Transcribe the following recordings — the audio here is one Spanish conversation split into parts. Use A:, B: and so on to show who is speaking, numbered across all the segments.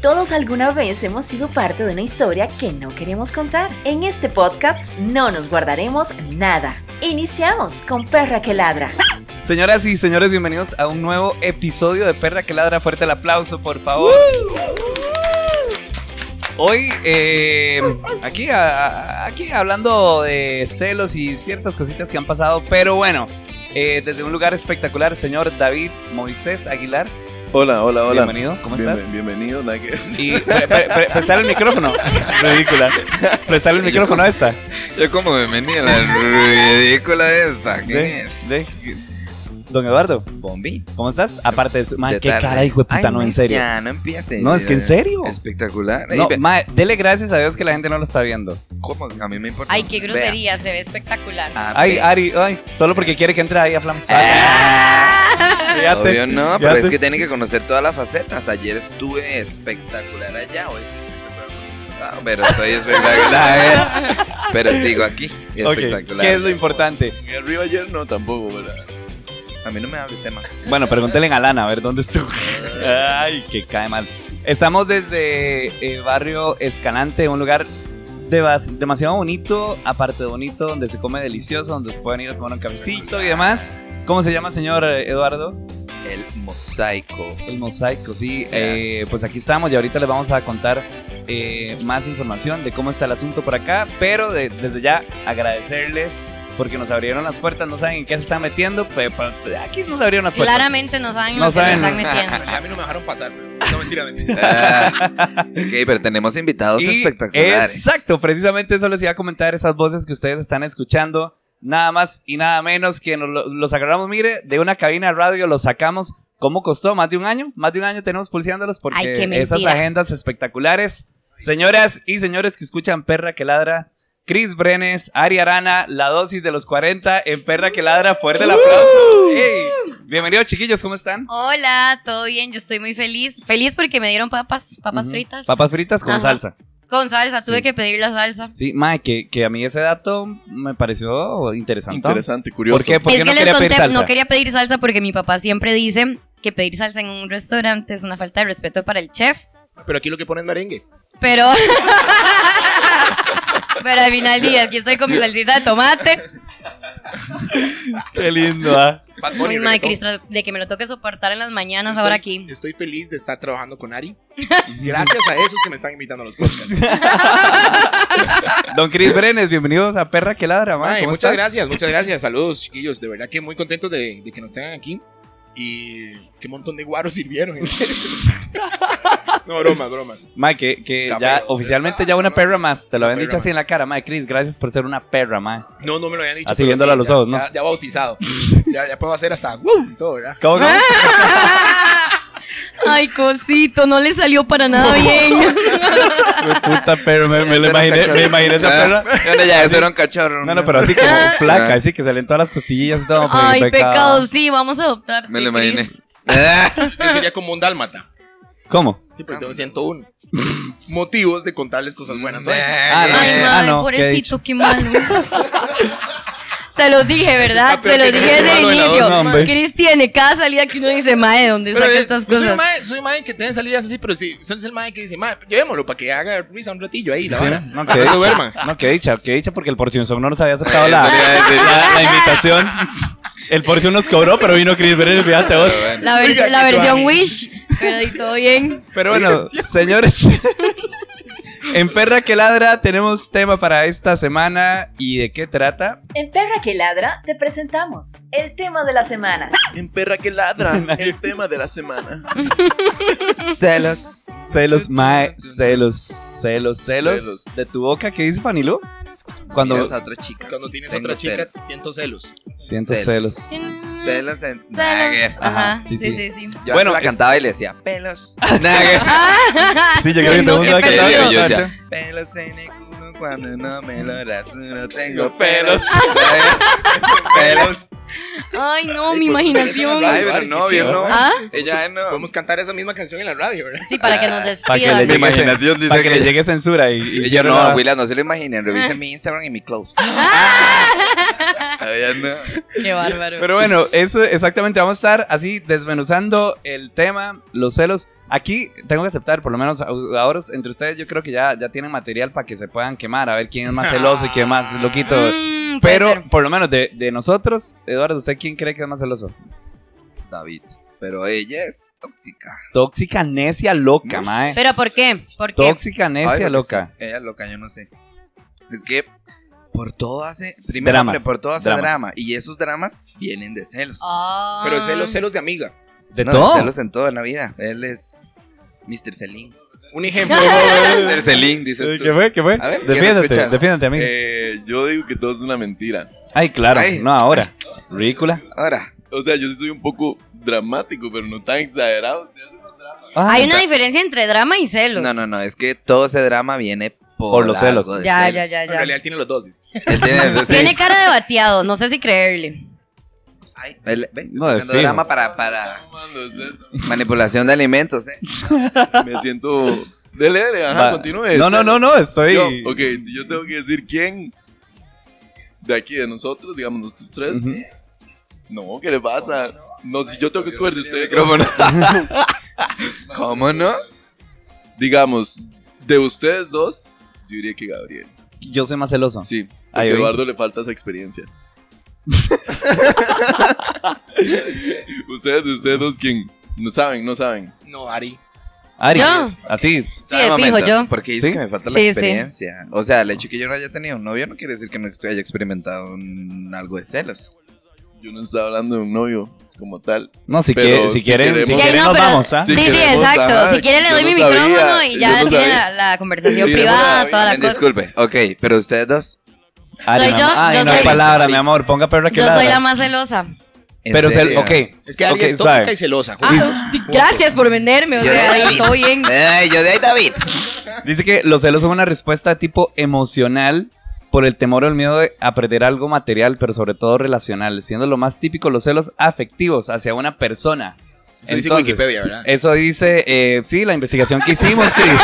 A: Todos alguna vez hemos sido parte de una historia que no queremos contar. En este podcast no nos guardaremos nada. Iniciamos con Perra que Ladra.
B: Señoras y señores, bienvenidos a un nuevo episodio de Perra que Ladra. Fuerte el aplauso, por favor. Hoy, eh, aquí, a- a- aquí hablando de celos y ciertas cositas que han pasado, pero bueno, eh, desde un lugar espectacular, señor David Moisés Aguilar.
C: Hola, hola, hola.
B: Bienvenido, ¿cómo
C: Bienve-
B: estás?
C: bienvenido, nada que-
B: Y pre- pre- pre- prestar el micrófono. Ridícula. Prestar el micrófono a esta.
C: Yo como bienvenida a la ridícula esta. ¿Qué
B: De-
C: es?
B: de- Don Eduardo,
C: Bombi.
B: ¿cómo estás? Aparte de esto, man,
C: de
B: qué
C: tarde.
B: cara de hijo de puta,
C: Ay,
B: no, en serio.
C: Ya, no empieces.
B: No, es que en serio.
C: Espectacular. Ey,
B: No,
C: ve-
B: ma, dele gracias a Dios que la gente no lo está viendo.
C: ¿Cómo? A mí me importa. Ah,
D: Ay, qué
C: Vea.
D: grosería, se ve espectacular.
C: A
B: Ay,
C: ver.
B: Ari, ay, solo porque quiere que entre ahí a Flames. Fíjate,
C: Ah, Obvio no,
B: fíjate.
C: pero es que tienen que conocer todas las facetas. Ayer estuve espectacular allá, hoy estoy espectacular. Ah, pero estoy espectacular. pero sigo aquí.
B: Ok,
C: Espectacular.
B: ¿Qué es lo importante?
C: Arriba ayer no, tampoco, ¿verdad? A mí no me hables tema.
B: Bueno, pregúntele a Lana a ver dónde estuvo.
C: Ah.
B: Ay, que cae mal. Estamos desde el barrio Escalante, un lugar devas- demasiado bonito, aparte de bonito, donde se come delicioso, donde se pueden ir a tomar un cafecito y demás. ¿Cómo se llama, señor eh, Eduardo?
C: El mosaico.
B: El mosaico, sí. eh, pues aquí estamos y ahorita les vamos a contar eh, más información de cómo está el asunto por acá. Pero de- desde ya agradecerles porque nos abrieron las puertas. No saben en qué se están metiendo, pero, pero aquí nos abrieron las puertas.
D: Claramente no saben
B: Pues, No
D: lo que se
B: saben.
D: están metiendo.
E: A mí no me dejaron pasar. No, mentira, mentira.
C: Ah, ok, pero tenemos invitados
B: Y-
C: espectaculares.
B: Exacto, precisamente eso les iba a comentar, esas voces que ustedes están escuchando. Nada más y nada menos que nos lo- los agarramos, mire, de una cabina de radio, los sacamos. ¿Cómo costó? ¿Más de un año? Más de un año tenemos pulseándolos porque
D: Ay, qué mentira.
B: esas agendas espectaculares. Señoras y señores que escuchan Perra que Ladra, Chris Brenes, Ari Arana, la dosis de los 40 en Perra que Ladra, fuerte el aplauso. Hey, Bienvenidos chiquillos, ¿cómo están?
D: Hola, todo bien, yo estoy muy feliz. Feliz porque me dieron papas, papas
B: Ujú.
D: fritas.
B: Papas fritas con
D: Ajá.
B: salsa.
D: Con salsa, tuve
B: Sí.
D: que pedir la salsa.
B: Sí, mae, que, que a mí ese dato me pareció interesante.
E: Interesante, curioso.
B: ¿Por qué? ¿Por
D: es
B: qué
D: que
B: no
D: les
B: quería pedir
D: conté,
B: salsa?
D: no quería pedir salsa porque mi papá siempre dice que pedir salsa en un restaurante es una falta de respeto para el chef.
E: Pero aquí lo que ponen es merengue.
D: Pero. Pero al final del día, aquí estoy con mi salsita de tomate.
B: Qué lindo, ¿ah?
E: Bad Bunny,
D: Ay, madre,
E: reggaetón.
D: Cris, tras- de que me lo toque soportar en las mañanas ahora
E: Estoy-
D: aquí.
E: Estoy feliz de estar trabajando con Ari. Gracias a esos que me están invitando a los podcasts.
B: Don Cris Brenes, bienvenidos a Perra que Ladra, mae.
E: Ay,
B: ¿cómo
E: muchas
B: estás?
E: gracias, muchas gracias. Saludos, chiquillos. De verdad que muy contentos de, de que nos tengan aquí. Y qué montón de guaros sirvieron. en serio. no, bromas, bromas.
B: Mae, que, que
E: Café,
B: ya
E: ¿verdad?
B: oficialmente ya una perra más. Te lo
E: Una
B: habían dicho
E: perra
B: así en la cara, mae. Cris, gracias por ser una perra, mae.
E: No, no me lo habían dicho.
B: Así
E: pero
B: viéndolo a Ah, los
E: ya-
B: ojos, ¿no?
E: Ya, ya bautizado. ya, ya puedo hacer hasta wow y todo, ¿verdad?
B: ¿Cómo, cómo?
D: Ah. Ay, cosito, no le salió para nada bien.
B: Fue Puta perra, me, me lo
C: Eso era un
B: imaginé,
C: cachorro.
B: me imaginé esa
C: Ah,
B: perra.
C: bueno, ya, eso era un cachorro.
B: No, no, pero así como flaca, así que salen todas las costillas y todo.
D: Ah. Ay,
B: porque
D: pecado, sí, vamos a adoptar.
C: Me lo imaginé.
E: Yo sería como un dálmata.
B: ¿Cómo?
E: Sí, pero tengo 101. Motivos de contarles cosas buenas hoy.
B: Ah, no.
D: Ay, madre,
B: Ah, no, ¿qué he dicho?
D: pobrecito, qué malo. Se los dije, ¿verdad?
E: Está peor
D: Se los
E: que
D: dije
E: Chente
D: desde
E: Ah, Malo
D: el
E: de la
B: dos,
D: inicio.
B: hombre.
D: Cris tiene cada salida que uno dice, mae, ¿de dónde
E: Pero,
D: saca
E: eh,
D: estas
E: yo Soy
D: cosas?
E: mae, soy mae que tiene salidas así, pero si soy el mae que dice, mae, llevémoslo para que haga risa un ratillo ahí, la
B: Sí,
E: vara.
B: no,
E: Para
B: qué
E: que se
B: dicha,
E: duerman.
B: no, qué dicha, qué dicha, porque el porción son no nos había aceptado la,
C: Eso le iba a decir.
B: la, la invitación. El porción nos cobró, pero vino Chris Brenner, fíjate vos.
D: La, vers-
E: Oiga,
D: la
E: qué
D: versión
E: tuanis.
D: Wish, pero y todo bien.
B: Pero bueno, señores, en Perra que Ladra tenemos tema para esta semana. ¿Y de qué trata?
A: En Perra que Ladra te presentamos el tema de la semana.
F: En Perra que Ladra, el tema de la semana.
C: Celos.
B: Celos, mae, celos, celos, celos, de tu boca, ¿qué dice Fanilo? Cuando
C: Miras a otra chica.
E: Cuando tienes
C: Tengo
E: otra chica,
C: celos.
E: siento celos.
B: siento celos.
C: celos. Celos en. Nah, que-
D: Celos. Ajá,
B: Ajá, sí,
D: sí,
B: sí.
D: sí, sí.
B: Bueno,
C: Yo bueno, la
B: es-
C: cantaba y le decía pelos. Nah, que-
B: Sí, yo creo que
D: Ay, no,
B: todo el mundo
D: qué
B: ha
D: feo.
B: cantado.
C: Yo decía, pelos en el culo cuando no me lo rasuro tengo
B: Pelos.
C: pelos. pelos.
D: Ay, no,
E: Ay,
D: mi
E: pues,
D: imaginación.
E: celos en
C: Ay,
E: el
C: pero no,
E: Qué
C: bien, no.
D: ¿Ah?
C: Ella eh, no.
E: Podemos cantar esa misma canción en la radio, ¿verdad?
D: Sí, para que nos
B: Para que, le
D: despidan.
C: Mi
B: llegue,
C: imaginación dice
B: para que,
C: que-
B: le llegue censura y, y
C: Ella
B: cierre
C: no,
B: la-
D: Ah.
C: Willa, no se lo imaginen. Revisen mi Instagram y mi close. todavía no.
D: Qué bárbaro.
B: Pero bueno, eso exactamente. Vamos a estar así desmenuzando el tema, los celos. Aquí tengo que aceptar, por lo menos ahora entre ustedes, yo creo que ya, ya tienen material para que se puedan quemar, a ver quién es más celoso y quién más loquito.
D: Ah. Mm, puede
B: Pero
D: ser.
B: por lo menos de, de nosotros, Eduardo, ¿usted quién cree que es más celoso?
C: David. Pero ella es tóxica.
B: Tóxica, necia, loca, mae.
D: ¿Pero por qué? ¿Por qué?
B: Tóxica,
C: Ay,
B: necia,
C: bueno,
B: loca.
C: sí, Ella es loca, yo no sé. Es que por todo hace. Primero,
B: Dramas,
C: hombre, por todo hace
B: dramas.
C: drama. Y esos dramas vienen de celos.
D: Ah.
E: Pero celos, celos de amiga.
B: De
C: No,
B: todo.
C: celos en toda la vida. Él es. Mr. Celín.
E: Un ejemplo.
C: Mr. Celín, dices
B: Eh,
C: tú.
B: ¿Qué fue? ¿Qué fue?
C: A ver, quiero
B: defiéndete,
C: escuchar.
B: defiéndete, amigo.
F: Eh, yo digo que todo es una mentira.
B: Ay, claro,
C: ay.
B: no ahora. Ridícula.
C: Ahora,
F: O sea, yo sí soy un poco dramático, pero no tan exagerado. Usted hace más drama.
B: Ah,
D: Hay una diferencia entre drama y celos.
C: No, no, no, es que todo ese drama viene por,
B: Por los celos.
C: algo de
D: Ya,
C: celos.
D: ya, ya,
E: En
D: ya.
E: realidad él tiene los dos. dice.
C: Él tiene, sí.
D: Tiene cara de bateado, no sé si creerle.
C: Ay, él- ve,
B: No,
C: está
B: de
C: haciendo
B: fijo.
C: drama para, para
F: Mando, usted-
C: manipulación de alimentos, ¿eh?
F: Me siento. Dele, dele, ajá,
B: Va.
F: continúe.
B: No, no, no, no, estoy.
F: Yo, ok, si yo tengo que decir quién de aquí, de nosotros, digamos, nosotros tres.
B: Ujú.
F: No, ¿qué le pasa? No, si yo tengo que escoger de usted,
C: ¿Cómo no?
F: digamos, de ustedes dos, yo diría que Gabriel.
B: Yo soy más celoso.
F: Sí, porque
B: Ay,
F: a
B: oí.
F: Eduardo le falta esa experiencia. ustedes, de ustedes dos, ¿quién? No saben, no saben.
E: No, Ari.
B: Ari,
D: Yo.
B: así es.
D: Sí, de
C: Un
D: fijo,
C: momento,
D: yo.
C: Porque dice
B: ¿Sí?
C: que me falta la
D: Sí, sí.
C: experiencia. O sea, el hecho que yo no haya tenido un novio no quiere decir que no haya experimentado un- algo de celos.
F: Yo no estaba hablando de un novio como tal.
B: No, si,
F: Pero
B: quiere- si
F: si
B: quieren, si
D: Ya,
F: queremos-
B: quieren
D: no,
B: nos
D: pero-
B: vamos, ¿ah?
F: Sí,
D: Sí, sí,
F: queremos,
D: exacto.
F: ajá,
D: si quiere le
F: yo
D: doy
F: no
D: mi
F: sabía,
D: micrófono y
F: yo
D: ya
F: no
D: tiene
F: sabía.
D: la, la conversación
F: Sí,
D: privada,
F: yo no
D: toda la
C: Ven,
D: cosa.
C: disculpe, ok, pero ustedes dos.
B: Ari,
D: Soy
B: mi
D: yo,
B: amor. Ay,
D: yo
B: no
D: soy-
B: hay palabra, mi amor. Ponga perra que
D: Yo soy
B: ladra.
D: la más celosa.
C: ¿En
B: Pero, cel-
C: serio?
B: ok.
E: Es que Ari
B: ok,
E: es tóxica
B: suave.
E: y celosa.
D: Ah,
E: juntos.
D: gracias por venderme, o
C: Yo de
D: sea,
C: ahí.
D: todo bien.
C: Ay, yo de ahí, David.
B: Dice que los celos son una respuesta de tipo emocional por el temor o el miedo de a perder algo material, pero sobre todo relacional, siendo lo más típico los celos afectivos hacia una persona.
E: Eso dice
B: Entonces,
E: Wikipedia, ¿verdad?
B: Eso dice, eh, sí, la investigación que hicimos, Chris.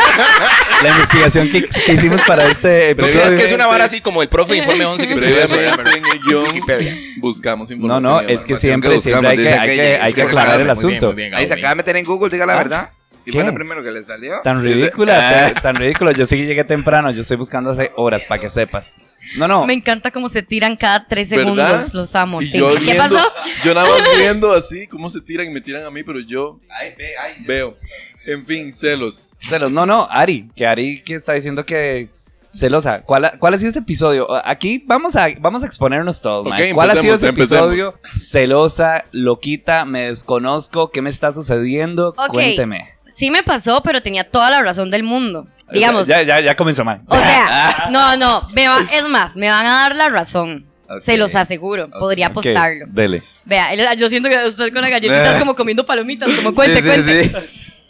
B: la investigación que, que hicimos para este
E: Pero
B: episodio.
E: es que es una vara así como el profe de Informe 11 que te
F: Previamente
E: ¿verdad?
F: en el guión
E: Wikipedia.
F: buscamos
B: No,
F: información.
B: no,
F: y
B: es que
F: demás.
B: siempre,
C: buscamos,
B: siempre hay que,
C: dice
B: hay
C: que
B: que,
C: ella-
B: hay
C: es
B: que
C: que
B: aclarar el
E: Muy bien,
B: asunto.
E: muy bien,
C: Ahí se
E: Gaby.
C: acaba de meter en Google, diga la
B: Ah,
C: verdad. Y
B: ¿qué?
C: fue lo primero que le salió.
B: Tan ridícula, tan, tan ridícula. Yo sí que llegué temprano, yo estoy buscando hace horas para que sepas. No, no.
D: Me encanta cómo se tiran cada tres
F: ¿Verdad?
D: segundos. Los amo.
F: Y
D: sí.
F: yo
D: ¿Qué
F: viendo-
D: pasó?
F: Yo nada más viendo así cómo se tiran y me tiran a mí, pero yo
C: Ay, ve, ay,
F: veo. En fin, celos.
B: Celos. No, no, Ari, que Ari que está diciendo que celosa. ¿Cuál ha, cuál ha sido ese episodio? A- Aquí vamos a, vamos a exponernos todos,
F: Ok,
B: mae. ¿Cuál ha sido
F: empecemos,
B: ese episodio? Celosa, loquita, me desconozco, ¿qué me está sucediendo?
D: Ok.
B: Cuénteme.
D: Sí me pasó, pero tenía toda la razón del mundo. Digamos,
B: Ya, ya, ya comenzó mal.
D: o sea, no, no, me va- es más, me van a dar la razón.
C: Ok.
D: Se los aseguro, podría
B: Ok,
D: apostarlo.
B: dele.
D: Vea, él- yo siento que usted con las galletitas
C: Eh.
D: como comiendo palomitas, como cuente, cuente.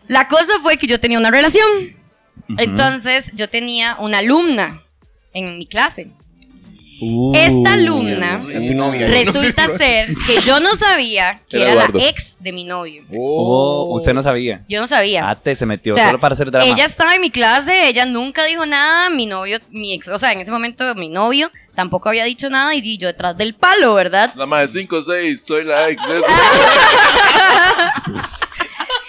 D: La cosa fue que yo tenía una relación. Entonces, yo tenía una alumna en mi clase.
B: Uh,
D: Esta alumna
E: A tu novia.
D: resulta ser que yo no sabía que
F: Era
D: era
F: Eduardo.
D: la ex de mi novio.
B: Oh, usted no sabía.
D: Yo no sabía.
B: Ate se metió
D: O sea,
B: solo para hacer drama.
D: Ella estaba en mi clase, ella nunca dijo nada, mi novio, mi ex, o sea, en ese momento mi novio tampoco había dicho nada y di yo detrás del palo, ¿verdad?
F: La madre 5 6, soy la ex. de eso.
D: Ah,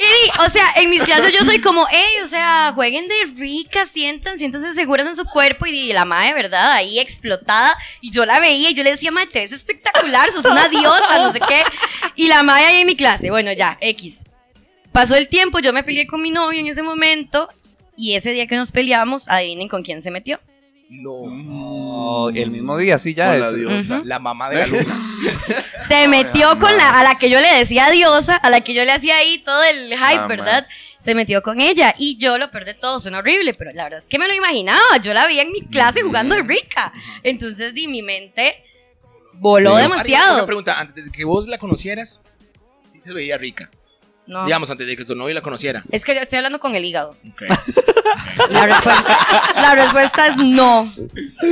D: Y di, o sea, en mis clases yo soy como, hey, o sea, jueguen de rica, sientan, siéntanse seguras en su cuerpo y di, la madre, ¿verdad? Ahí explotada y yo la veía y yo le decía, madre, te ves espectacular, sos una diosa, no sé qué. Y la madre ahí en mi clase, bueno, ya, X. Pasó el tiempo, yo me peleé con mi novio en ese momento y ese día que nos peleamos, adivinen con quién se metió.
E: No.
B: Oh, el mismo día, sí, ya
F: Con la
B: es.
F: diosa.
D: Ujú.
E: La mamá de la luna.
D: Se metió con la a la que yo le decía diosa, a la que yo le hacía ahí todo el hype,
C: Jamás.
D: ¿verdad? Se metió con ella y yo lo perdí todo, suena horrible, pero la verdad es que me lo imaginaba, yo la veía en mi clase jugando de rica. Entonces, di mi mente voló
E: Ari, Una
D: demasiado.
E: pregunta, antes de que vos la conocieras, sí te veía rica.
D: No.
E: Digamos, antes de que tu novio la conociera.
D: Es que yo estoy hablando con el hígado.
E: Ok.
D: La respuesta, la respuesta es no.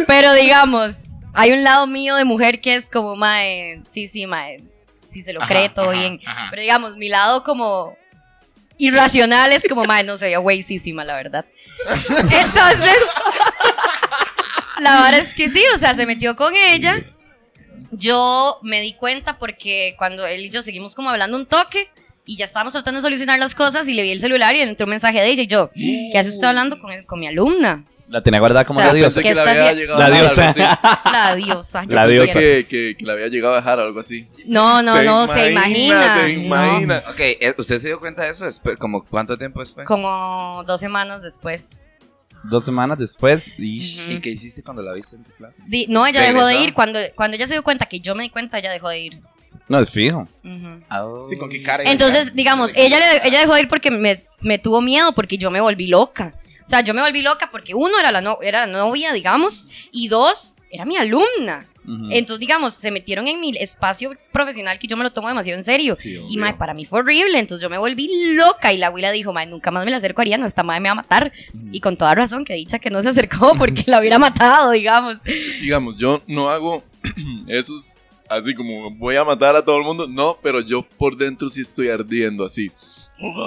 D: Pero digamos, hay un lado mío de mujer que es como, mae, sí, sí, mae, sí se lo
E: Ajá,
D: cree todo
E: ajá,
D: bien.
E: ajá.
D: Pero digamos, mi lado como irracional es como, mae, no sé, yo güey, sí, sí, ma, la verdad. Entonces, la verdad es que sí, o sea, se metió con ella. Yo me di cuenta porque cuando él y yo seguimos como hablando un toque y ya estábamos tratando de solucionar las cosas y le vi el celular y le entró un mensaje de ella y yo, ¿qué hace usted hablando con, con mi alumna?
B: La tenía guardada como
D: O sea,
B: la diosa.
F: Pensé
D: pues, ¿Qué
F: que la
D: está
F: había
D: haciendo?
F: llegado
B: La
F: a dejar
B: diosa.
F: algo así.
D: La diosa. yo
B: La
D: pensé
B: diosa.
D: que-
F: Pensé que, que, que la había llegado a dejar algo así.
D: No, no, no, se imagina.
F: Se
D: no.
F: imagina.
C: Ok, eh, ¿usted se dio cuenta de eso? después- como cuánto tiempo después?
D: Como dos semanas después.
B: Dos semanas después. ish.
C: ¿Y qué hiciste cuando la viste en tu clase?
D: Di- no, ella dejó de
C: ¿Regresó?
D: ir. Cuando, cuando ella se dio cuenta que yo me di cuenta, ella dejó de ir.
B: No, es fijo.
D: Ujú.
E: Sí, con qué cara. y
D: Entonces, digamos, ella, le- ella dejó de ir porque me, me tuvo miedo, porque yo me volví loca. O sea, yo me volví loca porque uno era la, no- era la novia, digamos, y dos, era mi alumna.
B: Ujú.
D: Entonces, digamos, se metieron en mi espacio profesional que yo me lo tomo demasiado en serio.
B: Sí, obvio.
D: y mae, para mí fue horrible. Entonces yo me volví loca y la abuela dijo, mae, nunca más me la acerco a Ariana, esta madre me va a matar. Y con toda razón, que dicha que no se acercó porque la hubiera matado, digamos.
F: Digamos, yo no hago esos así como voy a matar a todo el mundo. No, pero yo por dentro sí estoy ardiendo así.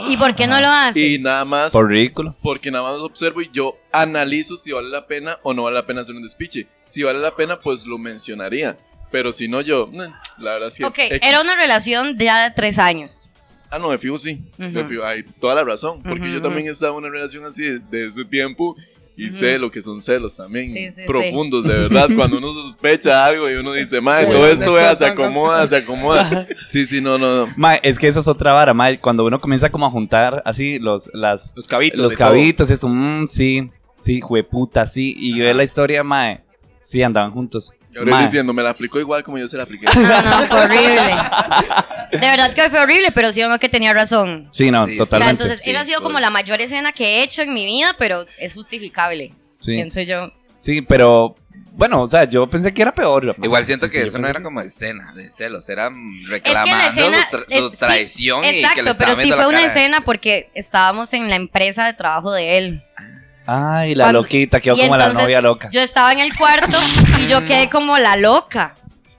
D: ¿Y por qué no lo hace?
F: Y nada más.
B: Por ridículo.
F: Porque nada más observo y yo analizo si vale la pena o no vale la pena hacer un despiche. Si vale la pena, pues lo mencionaría. Pero si no, yo, nah, la verdad es que.
D: ok,
F: X.
D: era una relación de ya de tres años.
F: Ah, no, de fijo sí. De
D: Ujú.
F: fijo, hay toda la razón. Porque
D: Ujú,
F: yo
D: ujú.
F: también estaba en una relación así de, de ese tiempo y
D: Ujú.
F: sé lo que son celos también.
D: Sí, sí, sí.
F: profundos, de verdad. Cuando uno sospecha algo y uno dice, madre,
E: Sí,
F: todo
E: las
F: esto vea,
E: neta
F: se
E: son
F: acomoda, se acomoda. Sí, sí, no, no. no.
B: Mae, es que eso es otra vara, mae. Cuando uno comienza como a juntar así los, las,
E: Los cabitos.
B: los
E: de todo.
B: cabitos, eso, mm, sí, sí, jueputa, sí. Y yo de la historia, mae, sí, andaban juntos.
F: Gabriel
B: Mae,
F: diciendo, me la aplicó igual como yo se la apliqué.
D: Ah, No, no, fue horrible. De verdad que fue horrible, pero sí o no que tenía razón.
B: Sí, no,
C: Sí, sí.
D: O sea,
B: totalmente.
D: entonces, esa ha sido como la mayor escena que he hecho en mi vida, pero es justificable.
B: sí,
D: Siento yo.
B: sí, pero bueno, o sea, yo pensé que era peor. mae.
C: Igual siento
B: Sí, sí,
C: que
B: yo
C: eso no
B: pensé
C: era como escena de celos, era mm,
D: Es que la
C: reclamando
D: escena.
C: su, tra-
D: es-
C: su
D: sí,
C: traición y que
D: Exacto,
C: le
D: pero
C: estaban
D: sí
C: viendo
D: fue
C: la
D: una
C: cara de-
D: escena porque estábamos en la empresa de trabajo de él.
B: Ay, la
D: Cuando-
B: loquita, quedó
D: y
B: como la
D: entonces
B: novia loca.
D: Yo estaba en el cuarto y yo quedé como la loca.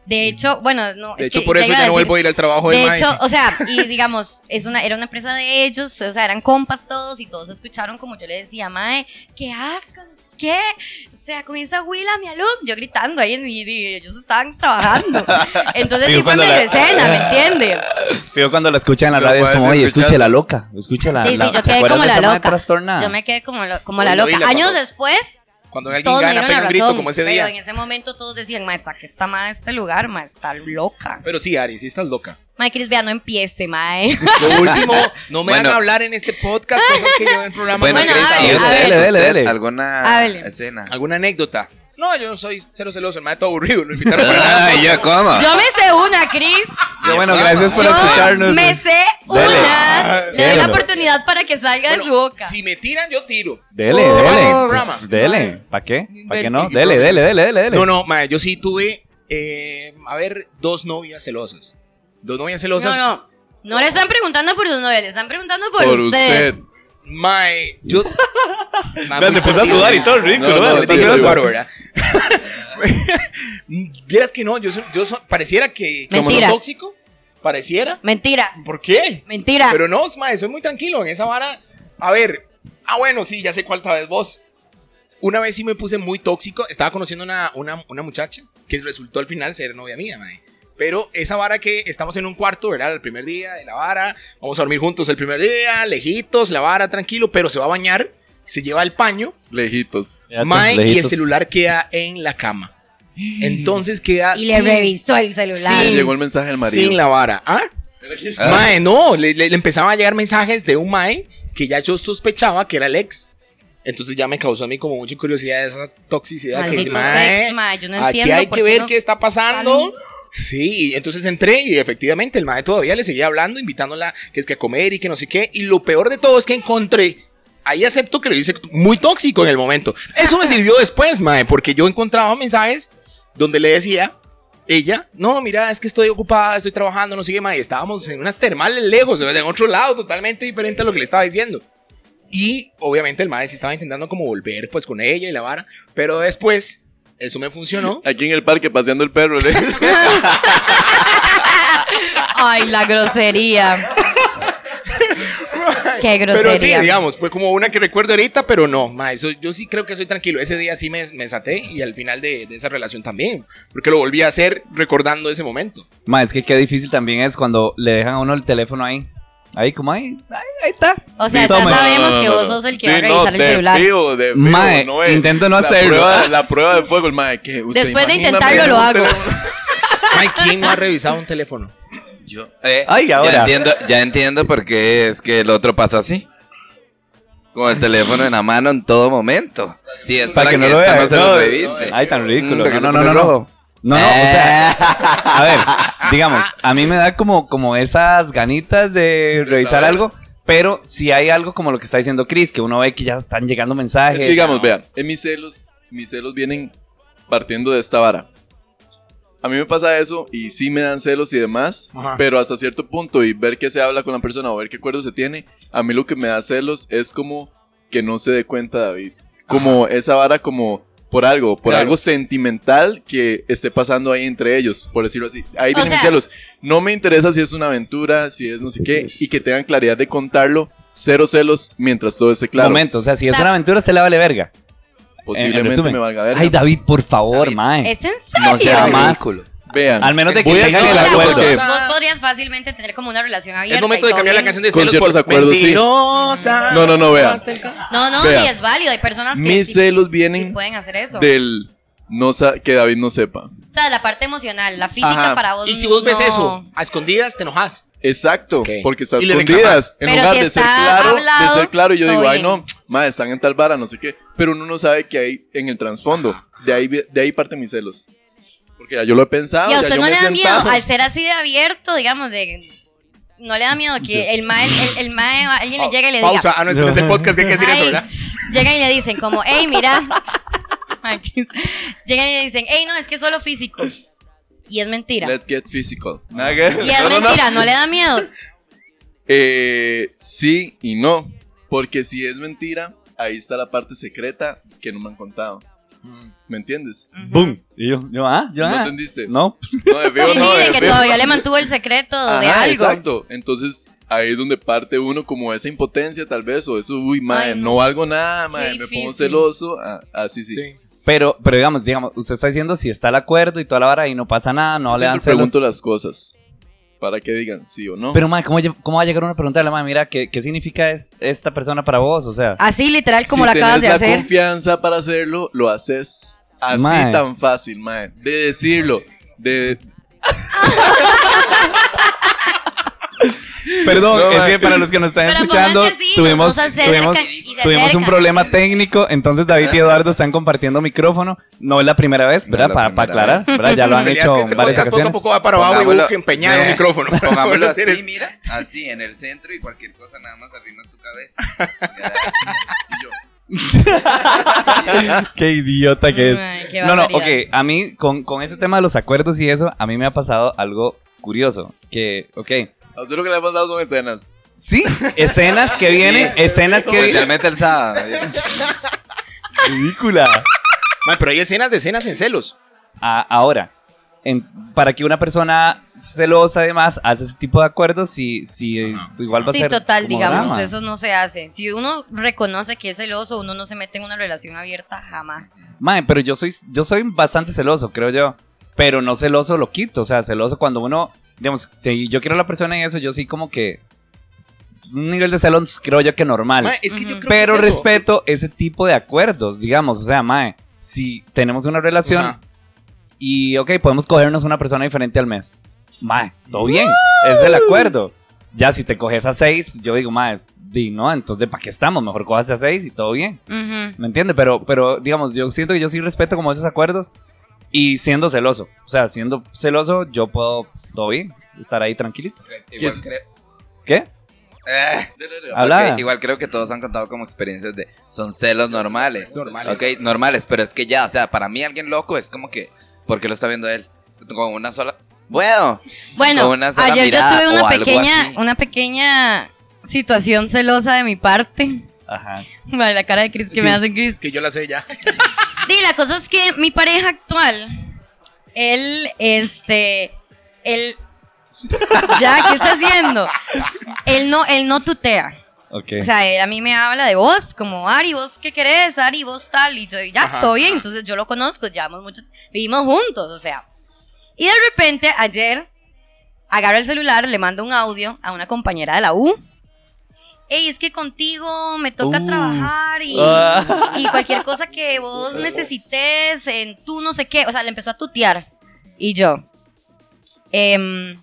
D: De hecho, bueno, no.
E: De
D: es
E: hecho,
D: que
E: por eso
D: iba
E: ya
D: decir-
E: no vuelvo a ir al trabajo del
D: De
E: maíz.
D: hecho, o sea, y digamos, es una, era una empresa de ellos, o sea, eran compas todos y todos escucharon como yo le decía, Mae, qué asco, no sé qué, o sea, con esa huila, mi alumno, yo gritando ahí en- y, y ellos estaban trabajando. Entonces
B: Y
D: sí fue
B: cuando
D: medio
B: la-
D: escena, ¿me entiendes?
B: Pero cuando la escuchan en la
F: Lo
B: radio es
F: puedes
B: como, oye,
F: escuchar.
B: escucha la loca, escucha la
D: Sí, sí,
B: Ah, la-
D: yo
B: ¿se
D: quedé
B: acuerdan
D: como
B: de
D: la
B: esa madre
D: loca.
B: trastornada?
D: Yo me quedé como, lo- como la
E: Oye,
D: loca.
E: oíla,
D: Años
E: cuando-
D: después,
E: Cuando alguien
D: todos me
E: gana,
D: dieron
E: pega
D: la
E: un grito
D: razón,
E: como ese
D: pero en
E: día.
D: ese momento todos decían, Mae, saque esta madre de este lugar, Mae, está loca.
E: Pero sí, Ari, sí estás loca.
D: Mae, Cris, vea, no empiece, Mae.
E: Lo último, no me
C: Bueno.
E: van a hablar en este podcast cosas que yo en el programa
C: Bueno,
E: no he
D: Bueno,
C: Chris,
D: hable,
C: ¿y
D: a
C: usted,
D: ver.
B: Dele, dele,
C: usted
B: dele.
C: alguna
D: Hable.
C: escena?
E: ¿Alguna anécdota? No, yo no soy cero celoso, el maestro aburrido, lo invitaron para nada.
C: Ay, Ah, yo cómo.
D: Yo me sé una, Cris.
B: Yo, bueno, gracias por
D: Yo
B: escucharnos.
E: eh.
D: Me sé
B: Dele.
D: una. Le doy la
B: Délelo.
D: oportunidad para que salga
E: Bueno,
D: de su boca.
E: Si me tiran, yo tiro.
B: Dele,
D: Oh,
B: dele,
E: programa.
B: dele. ¿Para qué? ¿Para qué no?
E: Invertir.
B: Dele, dele, dele, dele, dele.
E: No, no, mae, yo sí tuve, eh, a ver, dos novias celosas. Dos novias celosas.
D: no, no. No le están preguntando por sus novias, le están preguntando por,
F: Por
D: usted.
F: usted.
E: Mae, yo. Mae,
B: Vea, se
E: muy
B: puso a
E: jodido,
B: sudar y
E: mae.
B: todo, ridículo,
E: No,
F: ¿verdad?
E: no,
F: Se
E: le
F: puso
E: dije
F: a
E: el
F: sudar.
E: guaro, ¿verdad? Vieras que no, yo, soy- yo soy- pareciera que. que soy
D: Mentira.
E: tóxico? Pareciera.
D: Mentira,
E: ¿Por qué?
D: mentira.
E: Pero no, mae, soy muy tranquilo en esa vara. A ver, ah, bueno, sí, ya sé cuál tal vez vos. Una vez sí me puse muy tóxico. Estaba conociendo una, una, una muchacha que resultó al final ser novia mía, mae. Pero esa vara que estamos en un cuarto, ¿verdad? El primer día de la vara. Vamos a dormir juntos el primer día, lejitos, la vara, tranquilo. Pero se va a bañar, se lleva el paño,
F: Lejitos.
B: Ya te-
E: mae, y el
B: lejitos.
E: celular queda en la cama. Entonces queda
D: y le
E: sin-
D: revisó el celular.
E: Sí.
F: Le llegó el mensaje del marido.
E: sin la vara. ¿Ah?
C: Ah.
E: Mae, no, le, le- le empezaban a llegar mensajes de un Mae que ya yo sospechaba que era el ex. Entonces ya me causó a mí como mucha curiosidad esa toxicidad que
D: Maldito
E: dice, mae,
D: sex, mae, yo no
E: aquí
D: entiendo
E: hay
D: por qué
E: que ver
D: no
E: qué está pasando.
D: salen.
E: Sí, y entonces entré y efectivamente el mae todavía le seguía hablando, invitándola que es que a comer y que no sé qué. Y lo peor de todo es que encontré, ahí acepto que lo hice muy tóxico en el momento. Eso me sirvió después, mae, porque yo encontraba mensajes donde le decía ella, no, mira, es que estoy ocupada, estoy trabajando, no sé qué, mae. Estábamos en unas termales lejos, en otro lado, totalmente diferente a lo que le estaba diciendo. Y obviamente el mae sí estaba intentando como volver pues con ella y la vara, pero después eso me funcionó.
F: Aquí en el parque paseando el perro. ¿eh?
D: Ay, la grosería. Qué
E: Pero sí,
D: grosería.
E: digamos, fue como una que recuerdo ahorita, pero no, ma, eso, yo sí creo que soy tranquilo. Ese día sí me, me saté y al final de, de esa relación también, porque lo volví a hacer recordando ese momento.
B: Ma, es que qué difícil también es cuando le dejan a uno el teléfono ahí. Ahí, como ahí. Ahí, ahí está.
D: o sea, ya
B: Tome.
D: sabemos que vos sos el que va a revisar el celular.
B: Mae, intento no
F: la
B: hacerlo.
F: Prueba, la prueba de fuego, el mae. que usted
D: Después de
F: imagina
D: intentarlo,
F: meter
D: lo
F: un
D: hago.
F: teléfono-
E: Ma, ¿quién no ha revisado un teléfono?
C: Yo. eh,
B: Ay, ahora.
C: Ya entiendo, ya entiendo por qué es que el otro pasa así. Con el teléfono en la mano en todo momento. Sí, es para, que, no, esta no se lo revise.
B: Ay, tan ridículo.
C: Mm, porque
B: No, no, no,
C: se
B: no.
C: pone rojo.
B: No, no, o sea, a ver, digamos, a mí me da como, como esas ganitas de revisar
F: saber.
B: algo, pero si hay algo como lo que está diciendo Chris, que uno ve que ya están llegando mensajes.
F: Es que digamos, vean, en mis celos, mis celos vienen partiendo de esta vara. A mí me pasa eso y sí me dan celos y demás,
E: Ajá.
F: pero hasta cierto punto y ver qué se habla con la persona o ver qué acuerdo se tiene, a mí lo que me da celos es como que no se dé cuenta David. Como esa vara como por algo, por
E: Claro.
F: algo sentimental que esté pasando ahí entre ellos, por decirlo así. Ahí
D: O
F: vienen mis
D: sea-
F: celos. No me interesa si es una aventura, si es no sé qué, y que tengan claridad de contarlo. Cero celos mientras todo esté claro.
B: Momento, o sea, si
D: O
B: es
D: sea-
B: una aventura, se la vale verga. En- en
F: Posiblemente
B: resumen.
F: me valga ver.
B: Ay, David, por favor,
C: David,
B: mae.
D: ¿Es en
C: No
D: serio?
C: sea
B: Más.
C: ridículo.
F: Vean.
B: Al menos de que
F: voy a
B: tengan
D: O
B: el
F: explicar
D: sea,
F: por
D: vos,
B: acuerdo.
F: qué.
D: vos podrías fácilmente tener como una relación abierta.
E: Es momento
D: y
E: de
D: todo
E: cambiar la
D: bien.
E: canción de
F: Con
E: celos
F: ciertos
E: por
F: acuerdos, sí.
E: mentirosa.
F: No, no, no, vea.
E: Hasta el ca-
D: No, no,
F: Vea.
D: y es válido. Hay personas que
F: Mis
D: sí-
F: celos
D: sí
F: vienen
D: pueden hacer eso.
F: del no sa- que David no sepa.
D: O sea, la parte emocional, la física
F: Ajá.
D: para vos.
E: Y si vos ves
D: no.
E: eso a escondidas, te enojas.
F: Exacto,
E: Ok.
F: porque estás
E: Y le
F: escondidas.
E: reclamas.
F: En
D: Pero si
F: lugar de ser
D: está
F: claro,
D: hablado,
F: de ser claro, yo
D: todo
F: digo, ay
D: bien.
F: no, madre, están en tal vara, no sé qué. Pero uno no sabe qué hay en el trasfondo. De ahí, vi- de ahí parten mis celos. Porque ya yo lo he pensado.
D: Y a
F: ya
D: usted
F: yo
D: no
F: me
D: le
F: he
D: da miedo,
F: sentado.
D: al ser así de abierto, digamos, de. No le da miedo que el mae, el, el mae, alguien le llega y le diga.
E: Pausa. Ah, no, este no es el podcast que hay que decir eso,
D: "Ay",
E: ¿verdad?
D: Llegan y le dicen como, hey, mira. Ay, qué- llegan y le dicen, hey, no, es que es solo físico. Y es mentira.
F: Let's get physical.
D: Y es mentira, no le da miedo.
F: Eh, sí y no. Porque si es mentira, ahí está la parte secreta que no me han contado. ¿Me entiendes?
D: Ujú.
B: Boom. Y yo, yo, ah, yo,
F: ¿No
B: ah.
F: entendiste?
B: No.
F: No, de
D: Sí,
F: feo,
D: sí,
F: no,
D: de
F: de
D: que
F: feo.
D: todavía le mantuvo el secreto de
F: Ajá,
D: algo.
F: Exacto. Entonces ahí es donde parte uno como esa impotencia tal vez o eso, uy, madre,
D: Ay, no.
F: no. valgo nada, madre, me
D: difícil.
F: pongo celoso. Ah, así sí.
B: Pero, pero digamos, digamos, usted está diciendo si está el acuerdo y toda la vara y no pasa nada, no
F: Yo
B: le dan
F: siempre
B: celos.
F: pregunto las cosas para que digan sí o no.
B: Pero, mae, ¿cómo, lle- ¿cómo va a llegar uno a preguntarle, mae, mira, ¿qué, qué significa es- esta persona para vos? O sea,
D: Así literal como lo
F: si
D: acabas
F: tenés
D: de
F: la
D: hacer.
F: confianza para hacerlo, lo haces. Así
B: Mae.
F: tan fácil, madre. De decirlo, de
B: Perdón,
F: No,
B: es
F: mae.
B: que para los que nos están
D: Pero
B: escuchando,
D: pónganse así,
B: tuvimos,
D: los dos se
B: tuvimos,
D: acercan y se
B: tuvimos un
D: acercan.
B: problema técnico, entonces David y Eduardo están compartiendo micrófono. No es la primera vez,
C: No
B: ¿verdad?
C: es la
B: para, para
C: primera
B: aclarar, ¿verdad? Ya lo han
E: La realidad
B: hecho
E: es que
B: en
E: este
B: varias
E: podcast poco a
B: ocasiones.
E: poco va para abajo y hubo que empeñar
C: sí,
E: un micrófono. para poder
C: Pongámoslo
E: hacer
C: así,
E: esto.
C: mira. Así, en el centro y cualquier cosa nada más arrimas tu cabeza.
B: Qué idiota que es.
D: Ay, qué
B: No, no, ok.
D: barbaridad.
B: A mí, con, con ese tema de los acuerdos y eso, a mí me ha pasado algo curioso. Que, ok.
F: A usted lo que le ha pasado son escenas.
B: Sí, escenas que vienen, escenas que vienen.
C: Especialmente el sábado. ¿eh?
B: Ridícula.
E: Ma, pero hay escenas de escenas en celos.
B: A- ahora, en- para que una persona celosa además hace ese tipo de acuerdos, si, si igual va a
D: Sí,
B: ser.
D: total,
B: como
D: digamos,
B: drama.
D: eso no se hace. Si uno reconoce que es celoso, uno no se mete en una relación abierta jamás.
B: Mae, pero yo soy, yo soy bastante celoso, creo yo. Pero no celoso lo quito. O sea, celoso cuando uno. Digamos, si yo quiero a la persona en eso, yo sí como que. Un nivel de celos creo yo que normal.
E: Ma, es que yo
D: Ujú.
E: creo que
B: pero
E: es eso.
B: respeto ese tipo de acuerdos, digamos. O sea, mae, si tenemos una relación
E: Ajá.
B: y, ok, podemos cogernos una persona diferente al mes. Mae, todo bien. Es el acuerdo. Ya si te coges a seis, yo digo, mae, di no, entonces, ¿para qué estamos? Mejor cojas a seis y todo bien.
D: Ujú.
B: ¿Me entiendes? Pero, pero, digamos, yo siento que yo sí respeto como esos acuerdos y siendo celoso. O sea, siendo celoso, yo puedo, todo bien, estar ahí tranquilito.
C: Igual
B: es?
C: creo-
B: ¿Qué?
C: Eh.
B: Habla.
C: Ok, igual creo que todos han contado como experiencias de son celos normales.
E: Normales.
C: Ok, normales, pero es que ya, o sea, para mí alguien loco es como que, ¿por qué lo está viendo él? Con una sola. Bueno,
D: Bueno,
C: Con una sola
D: ayer yo
C: mirada
D: tuve
C: o
D: una
C: algo
D: pequeña,
C: así.
D: una pequeña situación celosa de mi parte.
B: Ajá.
D: Vale, la cara de Chris que
E: Sí,
D: me
E: es-
D: hace Chris.
E: Es que yo la sé ya.
D: Sí, la cosa es que mi pareja actual, él, este, él, ya, ¿qué está haciendo? Él no, él no tutea.
B: Ok.
D: O sea, él a mí me habla de vos, como Ari, vos qué querés, Ari, vos tal, y yo, y ya,
E: Ajá.
D: todo bien. Entonces yo lo conozco, llevamos mucho, vivimos juntos, o sea. Y de repente, ayer, agarro el celular, le mando un audio a una compañera de la U. Ey, es que contigo me toca
B: Uh.
D: trabajar y,
B: Ah.
D: y cualquier cosa que vos necesites, en tú no sé qué. O sea, le empezó a tutear. Y yo, em,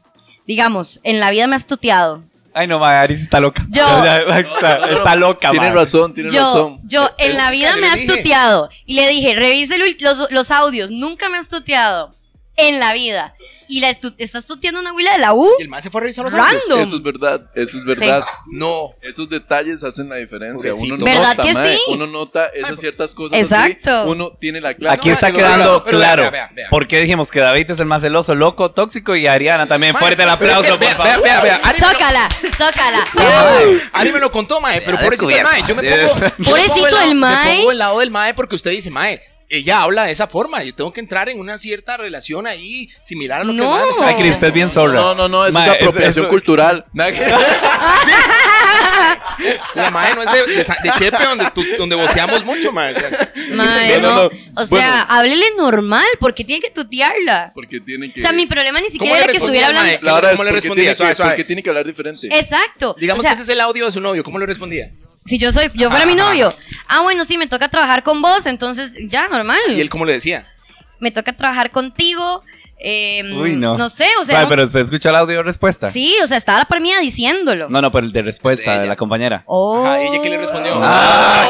D: digamos, en la vida me has tuteado.
B: Ay, no, ma, Aris está loca.
D: Yo-
B: O sea, está, está loca,
F: Tiene
B: ma.
F: razón, tiene
D: yo,
F: razón. E-,
D: Yo en la
E: Eh, chica,
D: vida
E: yo
D: me
E: le
D: has
E: dije.
D: tuteado. Y le dije, revise el ul- los, los audios. Nunca me has tuteado. En la vida. Y la tu- estás tuteando una huila de la U.
E: Y el man se fue a revisar los
D: Random.
E: audios.
F: Eso es verdad, eso es verdad.
E: No.
F: Esos detalles hacen la diferencia.
E: Pobrecito.
F: Uno
D: ¿Verdad
F: nota,
D: que
F: mae,
D: sí?
F: uno nota esas ciertas cosas.
D: Exacto.
F: así, uno tiene la clave.
B: Aquí
E: No,
B: está
E: pero
B: quedando
E: vea, pero vea,
B: claro.
E: vea, vea, vea.
B: ¿Por qué dijimos que David es el más celoso, loco, tóxico y Ariana también? Fuerte el
E: Pero es que
B: aplauso, por
E: vea, vea,
B: favor.
E: vea, vea. Ari me lo-
D: Tócala, tócala.
E: Ari me lo contó, mae, pero
C: Ya
E: pobrecito el
C: descubierto.
E: mae. Yo me
C: Dios.
E: pongo. yo me pongo
D: Pobrecito
E: del lado-
D: el mae.
E: Me pongo del lado del mae porque usted dice, mae, ella habla de esa forma. Yo tengo que entrar en una cierta relación ahí similar a lo que el
D: No.
E: mae me está
B: Ay, Cris,
E: diciendo.
B: usted es bien zorra.
F: No, no, no, eso
B: Ma,
F: es apropiación
B: eso-
F: cultural.
E: La mae no es de, de, Sa- de Chepe donde, tú- donde voceamos mucho, mae. o sea,
D: Mae,
F: No, no,
D: no.
F: no.
D: O sea, háblele normal porque tiene que tutearla.
F: Porque tienen que.
D: O sea, mi problema ni
E: le
D: siquiera era que
E: respondía
D: estuviera
E: al mae?
D: hablando.
F: La hora es
E: ¿Cómo le
F: porque
E: respondía?
F: tiene que-
E: Suave, suave.
F: Porque tiene que hablar diferente.
D: Exacto.
E: digamos
D: o sea,
E: que ese es el audio de su novio. ¿Cómo le respondía?
D: si yo soy, yo fuera mi
E: Ajá.
D: novio. Ah, bueno, sí, me toca trabajar con vos, entonces ya, normal.
E: ¿Y él cómo le decía?
D: Me toca trabajar contigo. em,
B: Uy, no.
D: No sé, o sea.
B: Sabe,
D: no-
B: Pero se escuchó el audio respuesta.
D: Sí, o sea, estaba la parmida diciéndolo.
B: No, no, pero el de respuesta
C: De
B: de
C: ella.
B: la compañera.
D: Oh. Ah.
E: Ajá, ¿y ella qué le respondió? Ah.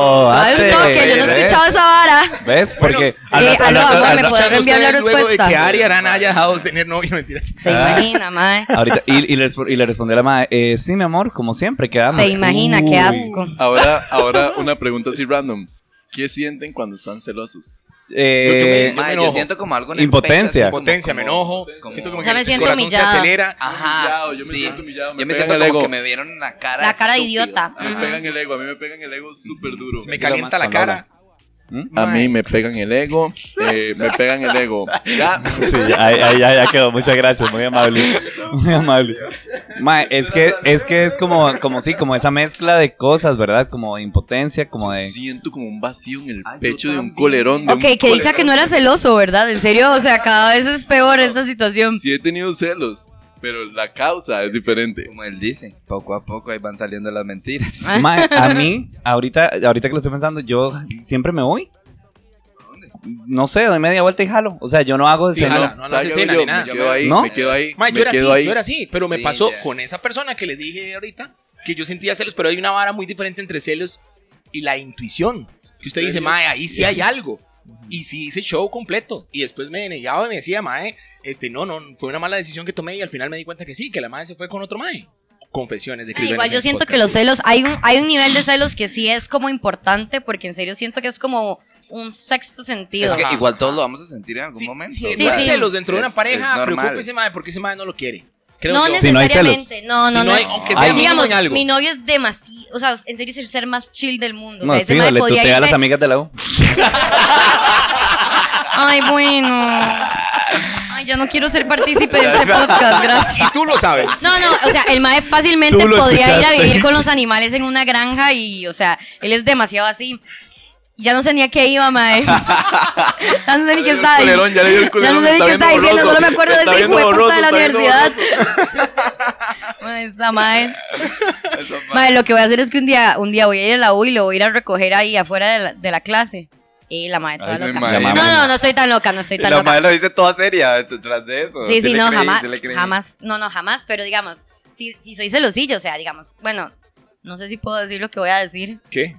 B: Oh,
D: Suave un
B: ate,
D: toque, yo no
B: ¿ves?
D: he escuchado esa vara.
B: ¿Ves? Porque al
D: eh,
B: rato-
D: aló,
B: al rato-
D: Osama,
B: al
D: ¿me
B: rato-
D: puede- podrán enviar la
E: luego de que
D: respuesta.
E: Ari Arana haya dejado de tener novio, mentiras.
D: Se imagina, mae.
B: ahorita- y, y le, resp- y le respondió la madre, eh, sí, mi amor, como siempre, quedamos.
D: Se imagina,
B: Uy.
D: qué asco.
F: Ahora, ahora una pregunta así random. ¿Qué sienten cuando están celosos?
B: Eh,
E: Yo me
C: Mae,
E: enojo.
C: yo siento como algo en el
B: Impotencia.
C: pecho, así como-
E: Potencia,
C: como-
E: me enojo.
C: como- Ah,
E: Siento como
D: Ya
E: que
D: me
E: el
D: siento
E: corazón se
D: humillada.
E: acelera.
C: Ajá.
F: Humillado, yo me siento humillado, me
C: Yo me
F: pegan
C: siento
F: el
C: como
F: ego.
C: que me vieron la cara.
D: La cara de
C: estúpido.
D: idiota.
F: A mí me
C: Ajá.
F: pegan el ego, a mí me pegan el ego súper duro.
E: Me calienta la
B: cuando
E: cara.
F: A mí me pegan el ego, eh, me pegan el ego. Ya.
B: Sí, ya, ahí- ahí- ya, ya quedó. Muchas gracias, muy amable. Muy amable. Ma, es que es que es como como sí, como esa mezcla de cosas, ¿verdad? Como de impotencia, como de
F: Siento como un vacío en el
E: Ah,
C: Ay, yo
F: pecho de un
C: también.
F: colerón. de
D: Ok,
F: un
D: que dicha que no era celoso, ¿verdad? En serio, o sea, cada vez es peor esta situación.
F: Sí he tenido celos, pero la causa es diferente.
C: Como él dice, poco a poco ahí van saliendo las mentiras.
D: Ah.
B: Ma, a mí ahorita ahorita que lo estoy pensando, yo siempre me voy. No sé, doy media vuelta y jalo. O sea, yo no hago
E: Sí,
B: ese-
E: jala, no, no
F: ¿Sabes
E: hace
F: qué
E: cena
F: hago
E: ni
F: yo?
E: nada.
F: Me quedo ahí,
B: ¿No?
F: me quedo ahí,
E: Ma,
F: me
E: yo era así,
F: quedo ahí.
E: yo era así, pero me
C: Sí,
E: pasó
C: ya.
E: con esa persona que les dije ahorita que yo sentía celos, pero hay una vara muy diferente entre celos y la intuición. Que usted dice, mae, ahí sí hay algo. Y sí hice show completo. Y después me negaba y me decía, mae, este, no, no, fue una mala decisión que tomé y al final me di cuenta que sí, que la mae se fue con otro mae. Confesiones de
D: Ay,
E: Chris
D: Igual
E: Vélez en
D: yo
E: el
D: siento que
E: podcast.
D: los celos, hay un, hay un nivel de celos que sí es como importante, porque en serio siento que es como un sexto sentido.
C: Es que
E: Ajá.
C: igual todos lo vamos a sentir en algún
E: Sí,
C: momento.
E: sí,
C: o
E: si hay
C: sea,
D: sí.
E: celos dentro de
C: es-
E: una pareja,
C: es normal.
E: preocúpese, mae, porque ese mae no lo quiere. Creo
D: No
E: yo.
B: neces- Si no hay celos.
D: necesariamente, no,
E: Si
D: no,
E: no
D: no.
E: hay- aunque sea mínimo
D: digamos,
E: en algo.
D: mi novio es demasiado, o sea, en serio es el ser más chill del mundo.
B: No,
D: o sea, ese
B: fijo,
D: mae
B: le
D: podía
B: tutea a las
D: irse-
B: amigas de la U.
D: Ay, bueno. Ay, ya no quiero ser partícipe de este podcast, gracias.
E: Y tú lo sabes.
D: No, no, o sea, el mae fácilmente
B: Tú lo
D: podría ir a
B: escuchaste.
D: vivir con los animales en una granja y, o sea, él es demasiado así. Ya no sé ni a qué iba, mae. ya no sé ni qué estaba
F: el culerón, ya le dio el
D: Ya no
F: culerón,
D: sé ni
F: está
D: qué estaba
F: viendo
D: diciendo,
F: borroso,
D: solo me acuerdo de
F: está
D: ese
F: viendo
D: hijueputa de
F: borroso,
D: la
F: está viendo
D: universidad. Mae, esa mae. Mae, lo que voy a hacer es que un día, un día voy a ir a la U y lo voy a ir a recoger ahí afuera de la, de la clase. Y la madre toda
C: Ay, me
D: loca.
C: imagino.
D: No, no, no estoy tan loca, no estoy
C: La
D: tan loca.
C: madre lo dice toda seria detrás de eso.
D: Sí, sí,
C: le
D: no,
C: creí,
D: jamás.
C: sí le creí.
D: jamás. No, no, jamás. Pero digamos, si, si soy celosillo, o sea, digamos, bueno, no sé si puedo decir lo que voy a decir.
E: ¿Qué?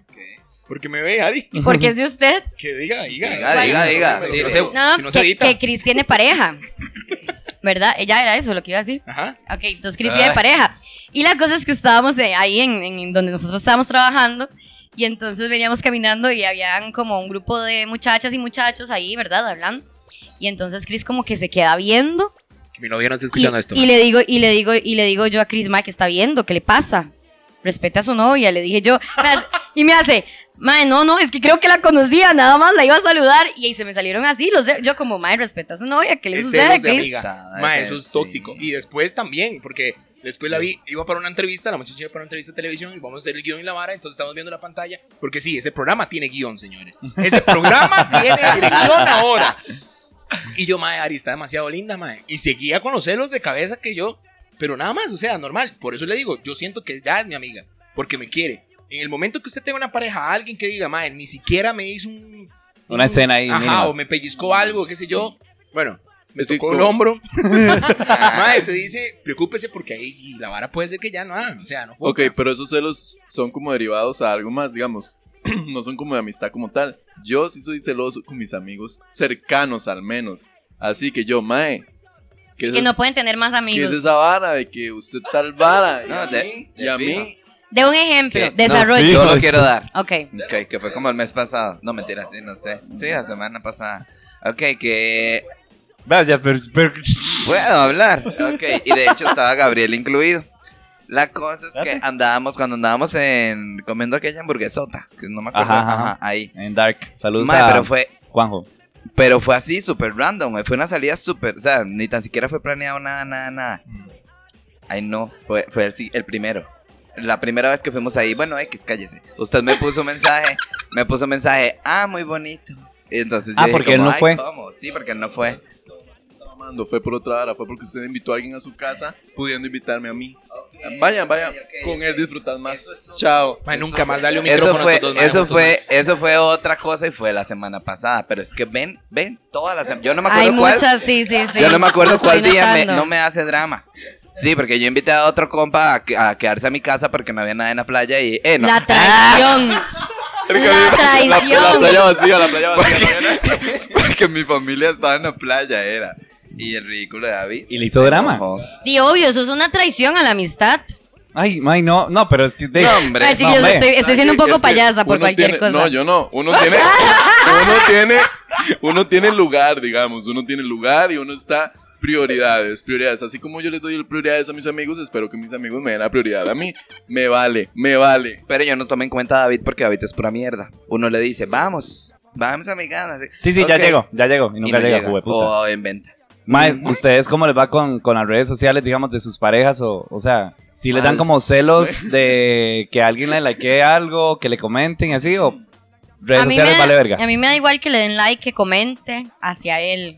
E: Porque me ve, Ari.
D: Porque es de usted.
E: Que diga, diga.
C: Diga, diga, diga.
E: Si no
C: Sí.
E: se,
D: No,
E: si no se
D: que,
E: edita.
D: que Chris tiene pareja. ¿Verdad? Ella era eso lo que iba a decir.
E: Ajá.
D: Ok, entonces Chris tiene pareja. Y la cosa es que estábamos eh, ahí en, en donde nosotros estábamos trabajando. Y entonces veníamos caminando y habían como un grupo de muchachas y muchachos ahí, ¿verdad? Hablando. Y entonces Chris como que se queda viendo
E: Que mi novia no está escuchando
D: y,
E: esto.
D: y le digo, y le digo, y le digo yo a Chris Mae que está viendo, ¿qué le pasa? Respeta a su novia, le dije yo. Me hace- y me hace, Mae, no, no, es que creo que la conocía, nada más la iba a saludar. Y, ahí se me salieron así, los de- yo como, Mae, respeta a su novia, ¿qué le
E: es
D: sucede,
E: celos de
D: Chris?
E: amiga.
C: Está,
E: Ma,
C: es-
E: eso es
C: sí.
E: tóxico. Y después también, porque Después la vi, iba para una entrevista, la muchacha iba para una entrevista de televisión y vamos a hacer el guión y la vara, entonces estamos viendo la pantalla, porque sí, ese programa tiene guión, señores. Ese programa tiene dirección ahora. Y yo, mae, Ari está demasiado linda, mae. Y seguía con los celos de cabeza que yo, pero nada más, o sea, normal. Por eso le digo, yo siento que ya es mi amiga, porque me quiere. En el momento que usted tenga una pareja, alguien que diga, mae, ni siquiera me hizo un...
B: Una escena ahí,
E: Ajá,
B: mínima.
E: o me pellizcó algo, qué sé yo. Bueno, me
F: Sí,
E: tocó el
F: como-
E: hombro. Mae, usted dice, preocúpese porque ahí la vara puede ser que ya no, ah, o sea, no fue.
F: Ok, pero esos celos son como derivados a algo más, digamos. no son como de amistad como tal. Yo sí soy celoso con mis amigos cercanos, al menos. Así que yo, mae. ¿Qué es,
D: Que no
F: es-
D: pueden tener más
F: qué es
D: amigos.
F: esa vara de que usted tal vara? Y
C: No,
F: a
C: de-
F: mí,
C: de
F: y a
C: fijo.
F: mí.
D: De un ejemplo,
C: Que- no,
D: desarrollo.
C: yo lo quiero dar.
D: Ok.
C: Ok, que fue como el mes pasado. No, mentira, sí, no sé. Sí, la semana pasada. Ok, que
B: Vea, ya, pero- pero-
C: Puedo hablar. Ok, y de hecho estaba Gabriel incluido. La cosa es que andábamos, cuando andábamos en comiendo aquella hamburguesota, que no me acuerdo,
B: Ajá, ajá.
C: ajá, ahí.
B: En Dark. Saludos
C: Mae,
B: a
C: pero fue,
B: Juanjo.
C: pero fue así, súper random, güey, fue una salida súper, o sea, ni tan siquiera fue planeado nada, nada, nada.
B: Mm.
C: Ay, no, fue, fue el, si- el primero. La primera vez que fuimos ahí, bueno, X, cállese. Usted me puso un mensaje, me puso un mensaje, ah, muy bonito. Y entonces yo
B: Ah,
C: dije
B: porque él
C: como,
B: no
C: "Ay,
B: fue".
C: ¿cómo? Sí, porque él no fue.
F: estaba amando, Fue por otra vara, fue porque usted invitó a alguien a su casa pudiendo invitarme a mí. Vayan, vayan, con él disfrutan más.
C: Eso es otro.
F: Chao.
E: Mae, nunca más dale un
C: Eso
E: micrófono a
C: fue,
E: estos dos, mae,
C: eso
E: juntos,
C: fue, eso fue otra cosa y fue la semana pasada. Pero es que ven, ven, todas las sem- Yo no me acuerdo
D: Hay
C: cuál.
D: muchas, sí, sí, sí.
C: Yo no me acuerdo
D: Lo
C: cuál
D: estoy
C: día me-
D: notando.
C: no me hace drama. Sí, porque yo invité a otro compa a, que- a quedarse a mi casa porque no había nada en la playa y eh, no.
D: La traición. la
F: La, la
D: traición.
F: playa vacía, la playa vacía.
C: porque mi familia estaba en la playa, era. Y el ridículo de David.
B: Y le hizo drama.
C: Ojo.
D: Di obvio, eso es una traición a la amistad.
B: Ay, ay, no, no, pero es que. de-
C: No, hombre.
D: Ay, chiquillos,
B: no, ve.
D: estoy, estoy siendo un poco
F: Es que
D: payasa por
F: uno
D: cualquier
F: tiene-
D: cosa.
F: No, yo no. Uno tiene, uno tiene, uno tiene lugar, digamos. Uno tiene lugar y uno está prioridades, prioridades. Así como yo les doy prioridades a mis amigos, espero que mis amigos me den la prioridad a mí. Me vale, me vale.
C: Pero yo no tomé en cuenta a David porque David es pura mierda. Uno le dice, vamos, vamos a mi casa.
B: Sí, sí, ya
C: Ok.
B: llegó, ya llegó. Y
C: Y
B: nunca
C: no
B: llega,
C: llega. Oh.
B: jugueputa.
C: O en venta.
B: Mae, ¿ustedes cómo les va con, con las redes sociales, digamos, de sus parejas? O, o sea, si les dan
C: Mal.
B: como celos de que alguien le likee algo, que le comenten y así, o redes
D: a mí,
B: sociales
D: me,
B: vale verga.
D: a mí me da igual que le den like, que comente hacia él.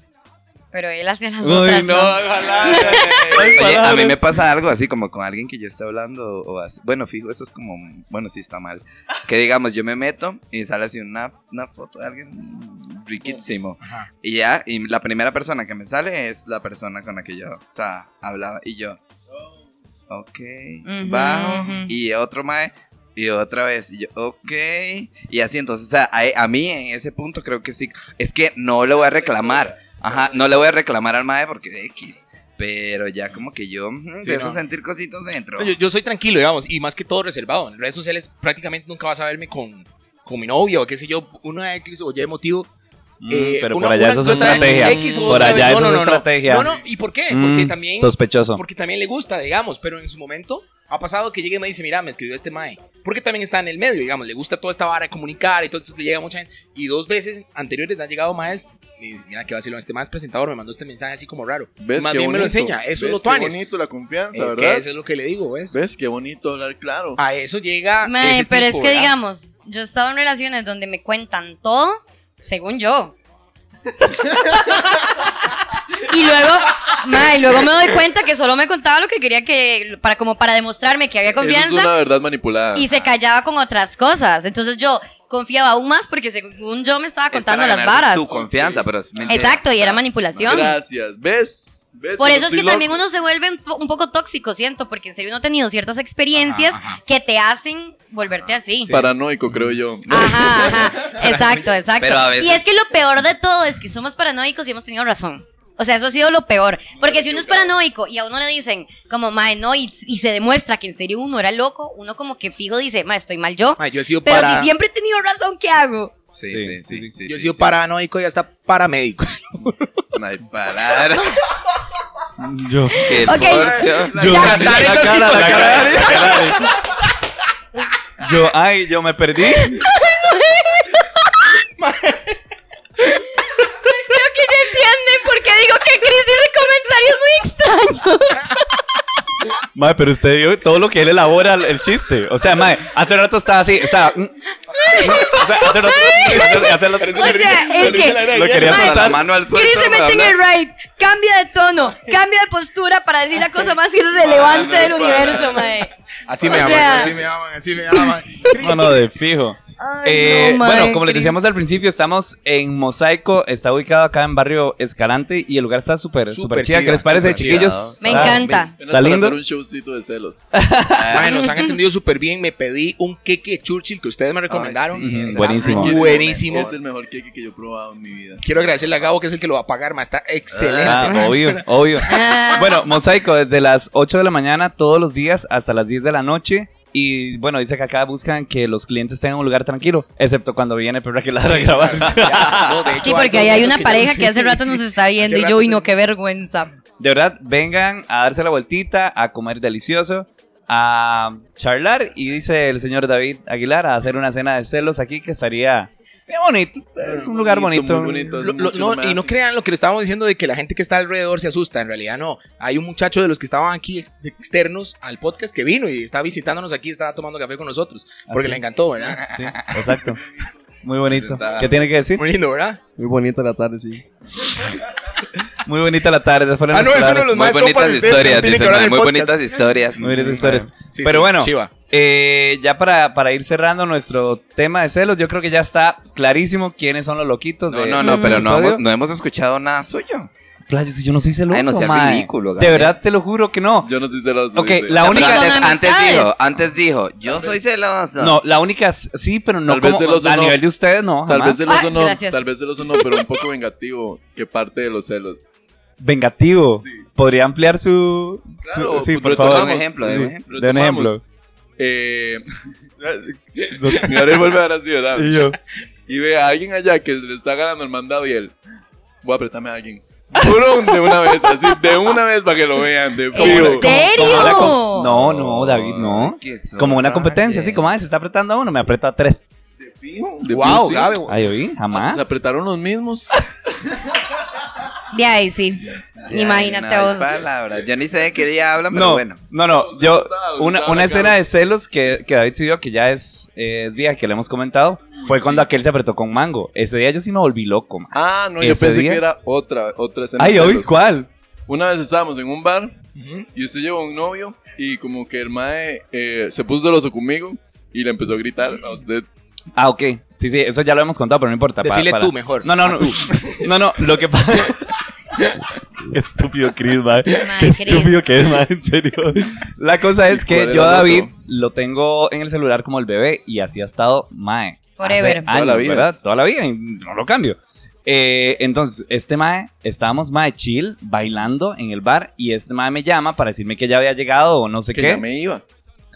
D: Pero él hacia las
B: Uy,
D: otras.
B: no,
D: no.
B: ojalá.
C: Oye, a mí me pasa algo así como con alguien que yo esté hablando o así. Bueno, fijo, eso es como, bueno, sí está mal. Que digamos, yo me meto y sale así una, una foto de alguien riquísimo. Y ya, y la primera persona que me sale es la persona con la que yo, o sea, hablaba. Y yo, ok,
D: Ujú,
C: bajo.
D: ujú.
C: Y otro mae, y otra vez, y yo, ok. Y así, entonces, o sea, a, a mí en ese punto creo que sí. Es que no le voy a reclamar. Ajá, no le voy a reclamar al mae porque de X. Pero ya como que yo mm,
E: Sí,
C: empiezo
E: no.
C: a sentir cositas dentro.
D: Pues
E: Yo, yo soy tranquilo, digamos, y más que todo reservado. En redes sociales prácticamente nunca vas a verme con, con mi novia o qué sé yo, una X o Y motivo. eh,
B: Mm, pero
E: una-
B: por allá
E: una-
B: eso es
E: otra
B: estrategia.
E: X o
B: Por
E: otra vez.
B: allá
E: No,
B: eso
E: no,
B: es
E: no, no.
B: estrategia.
E: No, no, ¿y por qué? Porque
B: Mm,
E: también...
B: Sospechoso.
E: Porque también le gusta, digamos, pero en su momento ha pasado que llegue y me dice, mira, me escribió este mae. Porque también está en el medio, digamos, le gusta toda esta vara de comunicar y todo, entonces le llega mucha gente. Y dos veces anteriores le han llegado maes, y dice, mira, qué vacilón, este mae es presentador, me mandó este mensaje así como raro.
F: ¿Ves
E: Más
F: qué
E: bien me lo
F: bonito?
E: enseña, eso es
F: ¿Ves
E: lo
F: qué
E: tuanes.
F: bonito la confianza,
E: Es
F: ¿verdad?
E: que eso es lo que le digo, ¿ves?
F: ¿Ves qué bonito hablar claro?
D: Ah,
E: A eso llega
D: Mae,
E: ese
D: pero
E: tipo,
D: es que
E: ¿verdad?
D: digamos, yo he estado en relaciones donde me cuentan todo, según yo. y luego, mae, luego me doy cuenta que solo me contaba lo que quería que, para como para demostrarme que había
F: Eso
D: confianza.
F: es una verdad manipulada.
D: y se callaba con otras cosas. Entonces yo confiaba aún más porque según yo me estaba
C: Es
D: contando
C: para
D: las
C: ganarse
D: varas.
C: Su confianza, pero es mentira.
D: Exacto, y era manipulación.
F: Gracias. ¿Ves? ¿Ves?
D: Por
F: No
D: eso es
F: estoy
D: que
F: loco.
D: también uno se vuelve un, po- un poco tóxico, siento, porque en serio uno ha tenido ciertas experiencias que te hacen volverte así.
F: Paranoico, creo yo.
D: Ajá, ajá. Exacto, exacto.
C: Pero a veces-
D: Y es que lo peor de todo es que somos paranoicos y hemos tenido razón. O sea, eso ha sido lo peor. Porque si uno es paranoico y a uno le dicen, como, mae, no, y, y se demuestra que en serio uno era loco, uno como que fijo dice, mae, estoy mal yo.
E: Mae, yo he sido,
D: Pero
E: para-
D: si siempre he tenido razón, ¿qué hago?
C: Sí, sí, sí. sí, sí,
E: yo he
C: sí,
E: sido
C: sí.
E: paranoico y hasta paramédico.
C: No hay palabras.
B: Yo.
C: Qué
D: Ok.
C: porción.
F: Yo-
D: Ya.
F: la cara, la cara.
B: Yo, ay, yo me perdí.
D: Creo que ya entienden por qué digo que Chris dice comentarios muy extraños.
B: Mae, pero usted vio todo lo que él elabora el, el chiste. O sea, mae, hace rato estaba así, estaba. mm, mm, o sea, hace rato. hace rato-
D: O sea, es que.
B: lo quería
C: Con
D: Mae,
C: la
B: soltar.
C: mano al suelo.
D: Chris se mete en
C: ¿verdad?
D: el ride, cambia de tono, cambia de postura para decir la cosa más irrelevante del universo, mae.
C: Así
D: O sea-
C: me aman, así me aman.
B: No, no, de fijo.
D: Ay,
B: Eh,
D: no, mae,
B: bueno, como les
D: Chris.
B: decíamos al principio, estamos en Mosaico, está ubicado acá en barrio Escalante y el lugar está súper, súper
C: Súper
B: chido. ¿Qué
C: chido,
B: les parece,
C: súper
B: chiquillos?
D: Me
B: Ah,
D: encanta.
B: ¿Está
F: para
B: lindo?
F: hacer un showcito de celos.
E: Mae, nos han entendido súper bien. Me pedí un queque Churchill que ustedes me recomendaron.
C: Ay, sí,
B: Ujú,
C: está
B: buenísimo.
C: riquísimo.
E: Buenísimo.
F: Es el mejor queque que yo he probado en mi vida.
E: Quiero agradecerle a Gabo, que es el que lo va a pagar, mae. Está excelente.
B: Ah,
E: mae.
B: obvio, obvio.
D: Ah.
B: Bueno, Mosaico, desde las 8 de la mañana todos los días hasta las 10 de la noche. Y bueno, dice que acá buscan que los clientes tengan un lugar tranquilo, excepto cuando viene Perra que ladra a grabar.
E: Ya, no, de hecho,
D: Sí,
E: hay
D: porque
E: dos
D: ahí hay
E: veces
D: una
E: que ya
D: pareja
E: nos-
D: que hace rato
E: sí,
D: nos
E: sí.
D: está viendo
E: Hace
D: y yo,
E: rato
D: y no,
E: se-
D: qué vergüenza.
B: De verdad, vengan a darse la vueltita, a comer delicioso, a charlar y dice el señor David Aguilar a hacer una cena de celos aquí que estaría bien bonito. Es un lugar bonito.
F: muy bonito.
E: Lo- lo-
F: Mucho
E: no,
F: me
E: y no
F: hace.
E: crean lo que le estábamos diciendo de que la gente que está alrededor se asusta. En realidad, no. Hay un muchacho de los que estaban aquí ex- externos al podcast que vino y está visitándonos aquí, estaba tomando café con nosotros.
B: ¿Ah,
E: Porque
B: sí.
E: le encantó, ¿verdad?
B: Sí, exacto. Muy bonito.
C: Está-
B: ¿Qué tiene que decir?
E: Muy lindo, ¿verdad?
G: Muy bonita la tarde, sí.
B: Muy bonita la tarde. fueron
E: Ah, no,
B: las
E: es uno de
B: palabras.
E: los
C: Muy
E: más
C: bonitas
E: compas de ustedes,
C: historias,
E: tiene que
C: dice
E: hablar
C: mae,
E: en
C: Muy
E: podcast.
C: bonitas historias.
B: Muy bonitas
C: Mm,
B: historias.
E: Sí,
B: Pero
E: sí,
B: bueno,
E: chiva.
B: eh, ya para, para ir cerrando nuestro tema de celos, yo creo que ya está clarísimo quiénes son los loquitos.
C: No,
B: de
C: no, no,
B: este
C: pero no
B: episodio.
C: hemos, no hemos escuchado nada suyo.
B: Playas, yo no soy celoso,
C: Ay, no sea
B: mae.
C: ridículo,
B: De
C: Gabriel.
B: verdad te lo juro que no.
F: Yo no estoy celoso.
B: Ok,
F: dice.
B: la única-
D: Con
C: Antes, antes
D: amistades.
C: dijo, antes dijo, yo soy celoso.
B: No, la única s- sí, pero no
F: Tal vez
B: como
F: celoso
B: a
F: no.
B: nivel de ustedes no,
F: Tal
B: jamás.
F: vez celoso
D: Ah,
F: no,
D: gracias.
F: tal vez celoso no, pero un poco vengativo, que parte de los celos.
B: Vengativo. Podría ampliar su, su-
F: Claro,
B: sí, por
F: pues,
B: favor.
C: Da un
F: retomamos.
C: ejemplo, da un ejemplo.
B: De un ejemplo.
F: Eh, Gabriel vuelve a dar así, ¿verdad?
B: Y yo,
F: Y ve a alguien allá que le está ganando el mandado y él, voy a apretarme a alguien. ¡Prum! De una vez, así, de una vez para que lo vean, de
D: ¿En
F: fijo.
B: como
D: serio?
B: una com- no, no, David, no.
C: Ay, Oh, qué
B: Como una
C: zorra,
B: competencia,
C: que-
B: así como, ah, se está apretando a uno, me aprieta a tres.
F: De fijo, de
E: Wow,
F: fijo, sí.
E: Gabe.
B: Ay, oí, jamás.
F: Se apretaron los mismos.
D: De ahí sí.
C: Ay,
D: Imagínate
C: no,
D: vos.
C: palabras. Yo ni sé de qué día hablan, pero
B: No,
C: bueno.
B: no, no, yo,
F: gustaba,
B: una,
F: gustaba,
B: una escena
F: Carlos.
B: de celos que, que David subió, que ya es, eh, es vieja, que le hemos comentado, fue cuando aquel se apretó con Mango. Ese día yo sí me volví loco, man.
F: Ah, no, yo
B: Ese
F: pensé
B: día.
F: que era otra, otra escena.
B: Ay,
F: de
B: hoy,
F: celos.
B: ¿cuál?
F: Una vez estábamos en un bar y usted llevó a un novio y como que el mae eh, se puso celoso conmigo y le empezó a gritar a usted.
B: Ah, ok. Sí, sí, eso ya lo hemos contado, pero no importa. pa-
E: Decile tú mejor,
B: No, no,
E: a
B: no.
E: tú.
B: No, no, lo que pasa. Qué estúpido Chris, man. Qué
D: Chris.
B: estúpido que es, man, en serio. La cosa es
F: ¿Y
B: que
F: cuál era
B: yo a
F: el
B: David
F: otro?
B: lo tengo en el celular como el bebé y así ha estado, mae.
D: Forever.
B: hace
F: Toda
B: años,
F: la vida.
B: ¿verdad? Toda la vida y no lo cambio. Eh, entonces, este mae, estábamos mae chill, bailando en el bar y este mae me llama para decirme que ya había llegado o no sé
F: Que
B: qué.
F: ya me iba.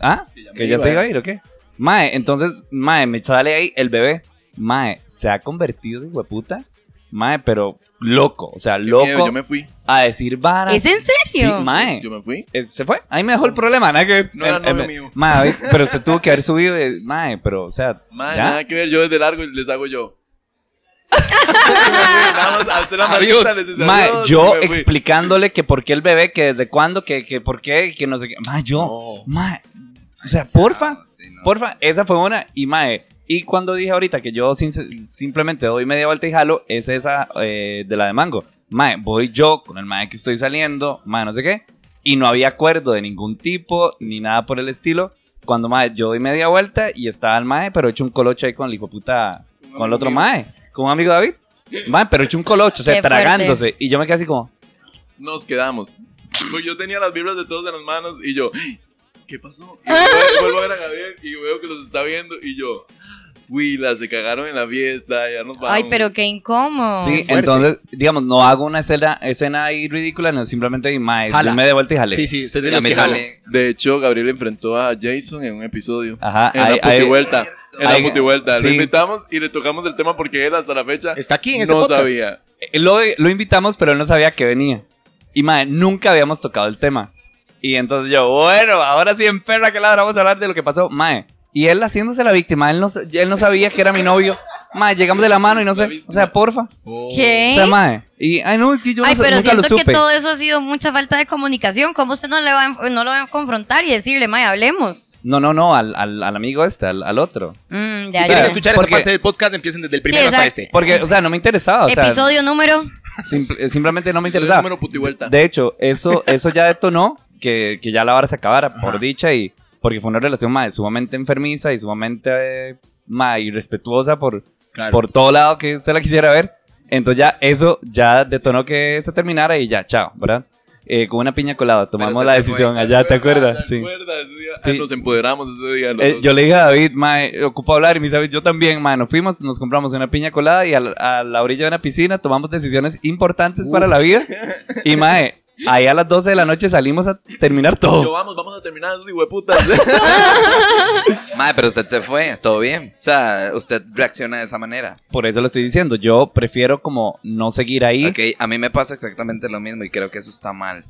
B: ¿Ah?
F: Que ya me
B: ¿Que ya
F: iba,
B: se
F: eh.
B: iba a ir o qué? Mae, entonces, mae, me sale ahí el bebé. Mae, se ha convertido en hueputa. Mae, pero loco, o sea,
F: Qué
B: loco
F: miedo, yo me fui.
B: a decir varas.
D: ¿Es en
B: Sí,
D: serio?
B: mae.
F: Yo me fui.
B: Eh, Se fue, ahí me dejó el problema, nada que
F: No era
B: eh, eh,
F: novio
B: me-
F: mío.
B: Mae, pero se tuvo que haber subido, eh, mae, pero o sea,
F: Mae,
B: ¿ya?
F: nada que ver, yo desde largo les hago yo. Nada más, a usted la
E: Adiós.
F: maldita les dice
B: Mae,
F: adiós,
B: yo
F: y me fui.
B: explicándole que por qué el bebé, que desde cuándo, que, que por qué, que no sé qué. Mae, yo, mae, o sea, porfa,
C: Sí, Oh, no.
B: Porfa, esa fue una. Y mae, y cuando dije ahorita que yo sin- simplemente doy media vuelta y jalo, es esa eh, de la de mango. Mae, voy yo con el mae que estoy saliendo, mae, no sé qué. Y no había acuerdo de ningún tipo, ni nada por el estilo. Cuando mae, yo doy media vuelta y estaba el mae, pero hecho un colocho ahí con el hijo puta, con el otro mae, con un amigo David. Mae, pero hecho un colocho, o sea,
D: Qué fuerte.
B: tragándose. Y yo me quedé así como,
F: Nos quedamos. Porque yo tenía las vibras de todos en las manos y yo, ¿qué pasó? Y vuelvo, vuelvo a ver a Gabriel y veo que los está viendo y yo, Willa, se cagaron en la fiesta, ya nos vamos.
D: Ay, pero qué incómodo.
B: sí, entonces, digamos, no hago una escena, escena ahí ridícula, no, simplemente, mae,
E: Jala.
B: me de vuelta y jale.
E: Sí, sí, usted
C: Y
E: tiene
C: a mí
E: que
C: también.
F: De hecho, Gabriel enfrentó a Jason en un episodio.
B: Ajá,
F: en
B: ahí-
F: la
B: ahí-
F: putivuelta. En la
B: ahí-
F: putivuelta.
B: sí.
F: Lo invitamos y le tocamos el tema porque él hasta la fecha
E: Está aquí en este
F: no
E: podcast.
F: sabía.
B: Eh, Lo, lo invitamos, pero él no sabía que venía. Y madre, nunca habíamos tocado el tema. Y entonces yo, bueno, ahora sí en perra que ladra vamos a hablar de lo que pasó, mae. Y él haciéndose la víctima, él no, sa- él no sabía que era mi novio. Mae, llegamos de la mano y no sé. O sea, porfa.
D: ¿Qué?
B: O sea, mae. Y, ay, no, es que yo
D: ¿Eh? Ay,
B: no,
D: pero
B: nunca lo
D: siento
B: supe.
D: que todo eso ha sido mucha falta de comunicación. ¿Cómo usted no, le va a, no lo va a confrontar y decirle, Mae, hablemos?
B: No, no, no, al, al, al amigo este, al, al otro.
D: Mm,
E: Si
D: ya,
E: quieren
D: ya.
E: escuchar
B: Porque-
E: esa parte del podcast, empiecen desde el primero
D: Sí,
E: hasta
D: exacto.
E: este.
B: Porque, o sea, no me interesaba. O sea,
D: Episodio número.
B: simple- simplemente no me
F: Entonces,
B: interesaba.
F: número puto y vuelta.
B: De hecho, eso, eso ya detonó que, que ya la vara se acabara, por dicha, y porque fue una relación mae, sumamente enfermiza y sumamente eh, mae, irrespetuosa por,
F: Claro.
B: por todo lado que usted la quisiera ver. Entonces ya eso ya detonó que se terminara y ya, chao, ¿verdad? Eh, con una piña colada tomamos
C: usted
B: la
C: se fue,
B: decisión
C: se
B: allá, ¿te acuerdas?
F: ¿Te
B: Sí.
F: acuerdas? Ese día, ah,
B: Sí.
F: Nos empoderamos ese día. los
B: Eh,
F: dos.
B: yo le dije a David, mae, ocupo hablar, y me dice, David, yo también, mae, nos fuimos, nos compramos una piña colada y a la, a la orilla de una piscina tomamos decisiones importantes para la vida. Y mae, ahí a las 12 de la noche salimos a terminar
F: Yo,
B: todo.
F: vamos, vamos a terminar esos hijueputas.
C: Madre, pero usted se fue, todo bien. O sea, usted reacciona de esa manera.
B: Por eso lo estoy diciendo, yo prefiero como no seguir ahí.
C: Ok, a mí me pasa exactamente lo mismo y creo que eso está mal.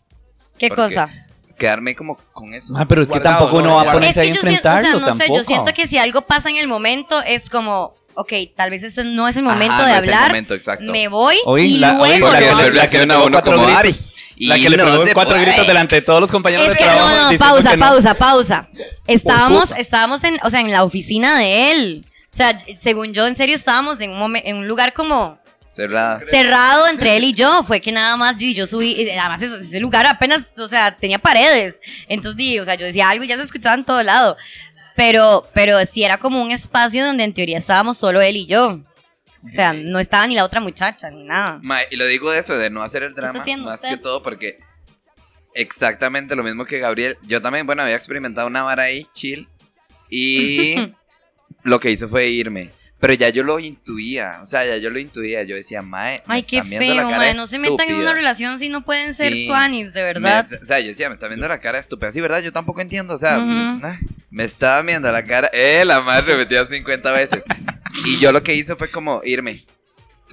D: ¿Qué
C: Porque-
D: cosa?
C: Quedarme como con eso.
B: Mae, pero es que
E: Guardado,
B: tampoco
E: ¿no?
B: uno va a
E: Guardado.
B: ponerse ahí a
D: yo siento, o sea,
B: enfrentarlo
D: no sé,
B: tampoco.
D: yo siento que si algo pasa en el momento es como, ok, tal vez este no es el momento
C: Ajá,
D: de
C: no es el
D: hablar.
C: momento, exacto.
D: Me voy
B: Oí,
D: y
B: la- oí,
D: luego
B: la
C: Porque
D: lo
B: que-
C: después
D: hablo.
B: la que le
C: reacciona
B: pegó
C: uno
B: cuatro
C: como
B: gritos.
C: Ari. Y
B: La que le
C: no
B: pegó
C: se
B: cuatro
C: puede.
B: gritos delante de todos los compañeros
D: Es
B: de
D: que,
B: trabajo.
D: no, no,
B: diciendo
D: pausa,
B: que no.
D: pausa, pausa. Estábamos,
B: puta.
D: estábamos en, o sea, en la oficina de él. O sea, según yo, en serio, estábamos en un, momen- en un lugar como
C: Cerrada.
D: cerrado entre él y yo. Fue que nada más di, yo subí, y además ese, ese lugar apenas, o sea, tenía paredes. Entonces, di, o sea, yo decía algo y ya se escuchaba en todo lado. Pero, pero sí era como un espacio donde en teoría estábamos solo él y yo. O sea, no estaba ni la otra muchacha, ni nada.
C: Mae, y lo digo de eso, de no hacer el drama,
D: haciendo
C: más
D: usted?
C: que todo porque exactamente lo mismo que Gabriel. Yo también, bueno, había experimentado una vara ahí, chill, y lo que hice fue irme. Pero ya yo lo intuía, o sea, ya yo lo intuía. Yo decía, mae, me
D: Ay, qué
C: están viendo la
D: feo,
C: cara
D: mae,
C: de
D: No se metan en
C: estúpido".
D: una relación si no pueden ser
C: Sí.
D: tuanis, de
C: Me-
D: verdad.
C: o sea, yo decía, me está viendo la cara estúpida. Sí, ¿verdad? Yo tampoco entiendo. O sea,
D: Ujú.
C: mm, ah, me estaba viendo la cara. Eh, la madre repetía 50 veces. y yo lo que hice fue como irme.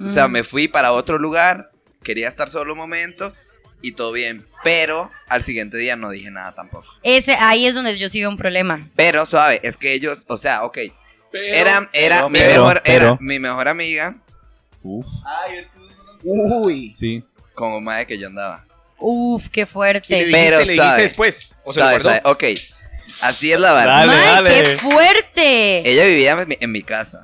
C: O sea,
D: Mm.
C: me fui para otro lugar. Quería estar solo un momento. Y todo bien. Pero al siguiente día no dije nada tampoco.
D: Ese, ahí es donde yo sí veo un problema.
C: Pero suave, es que ellos, o sea, ok.
F: Pero-
C: Era, era,
B: pero,
C: mi,
B: pero,
C: mejor, era
B: pero.
C: mi mejor amiga
B: Uf,
F: Ay, es que eso es una-
E: Uy.
B: sí.
C: con un mae que yo andaba.
D: Uf, qué
E: ¿Y le
D: fuerte.
E: dijiste,
C: Pero
E: le dijiste
C: sabe.
E: después? ¿O se lo
C: Suave,
E: guardó?
C: suave, Ok. Así es la verdad.
B: Dale,
D: Mae,
B: dale.
D: qué fuerte.
C: Ella vivía en mi- en mi casa.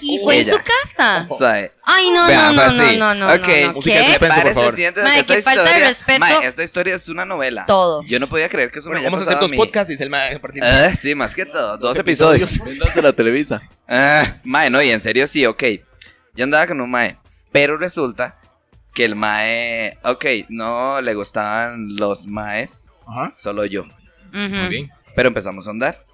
D: y fue
C: Eh, ella.
D: en su casa.
C: Suave.
D: Ay, no,
C: Vea,
D: no, no,
C: fue así.
D: no, no, no,
C: Ok.
D: no, no.
E: Música de
D: ¿Qué?
E: suspense. Penso, por
C: Parece
E: favor.
C: siento
D: Mae,
C: que esta
D: qué falta de
C: historia-
D: respeto.
C: Mae, esta historia es una novela.
D: Todo.
C: Yo no podía creer que eso
E: Bueno,
C: me haya
E: vamos a hacer
C: pasado
E: dos
C: mí.
E: podcasts, dice el mae, a partir de
C: Ah, sí, más que todo, dos,
D: Este
C: episodios.
F: Véndase la Televisa.
C: Ah, mae, no, y en serio sí, ok. Yo andaba con un mae, pero resulta que el mae, ok, no le gustaban los maes,
E: Ajá.
C: solo yo.
D: Ujú.
E: Muy bien.
C: Pero empezamos a andar.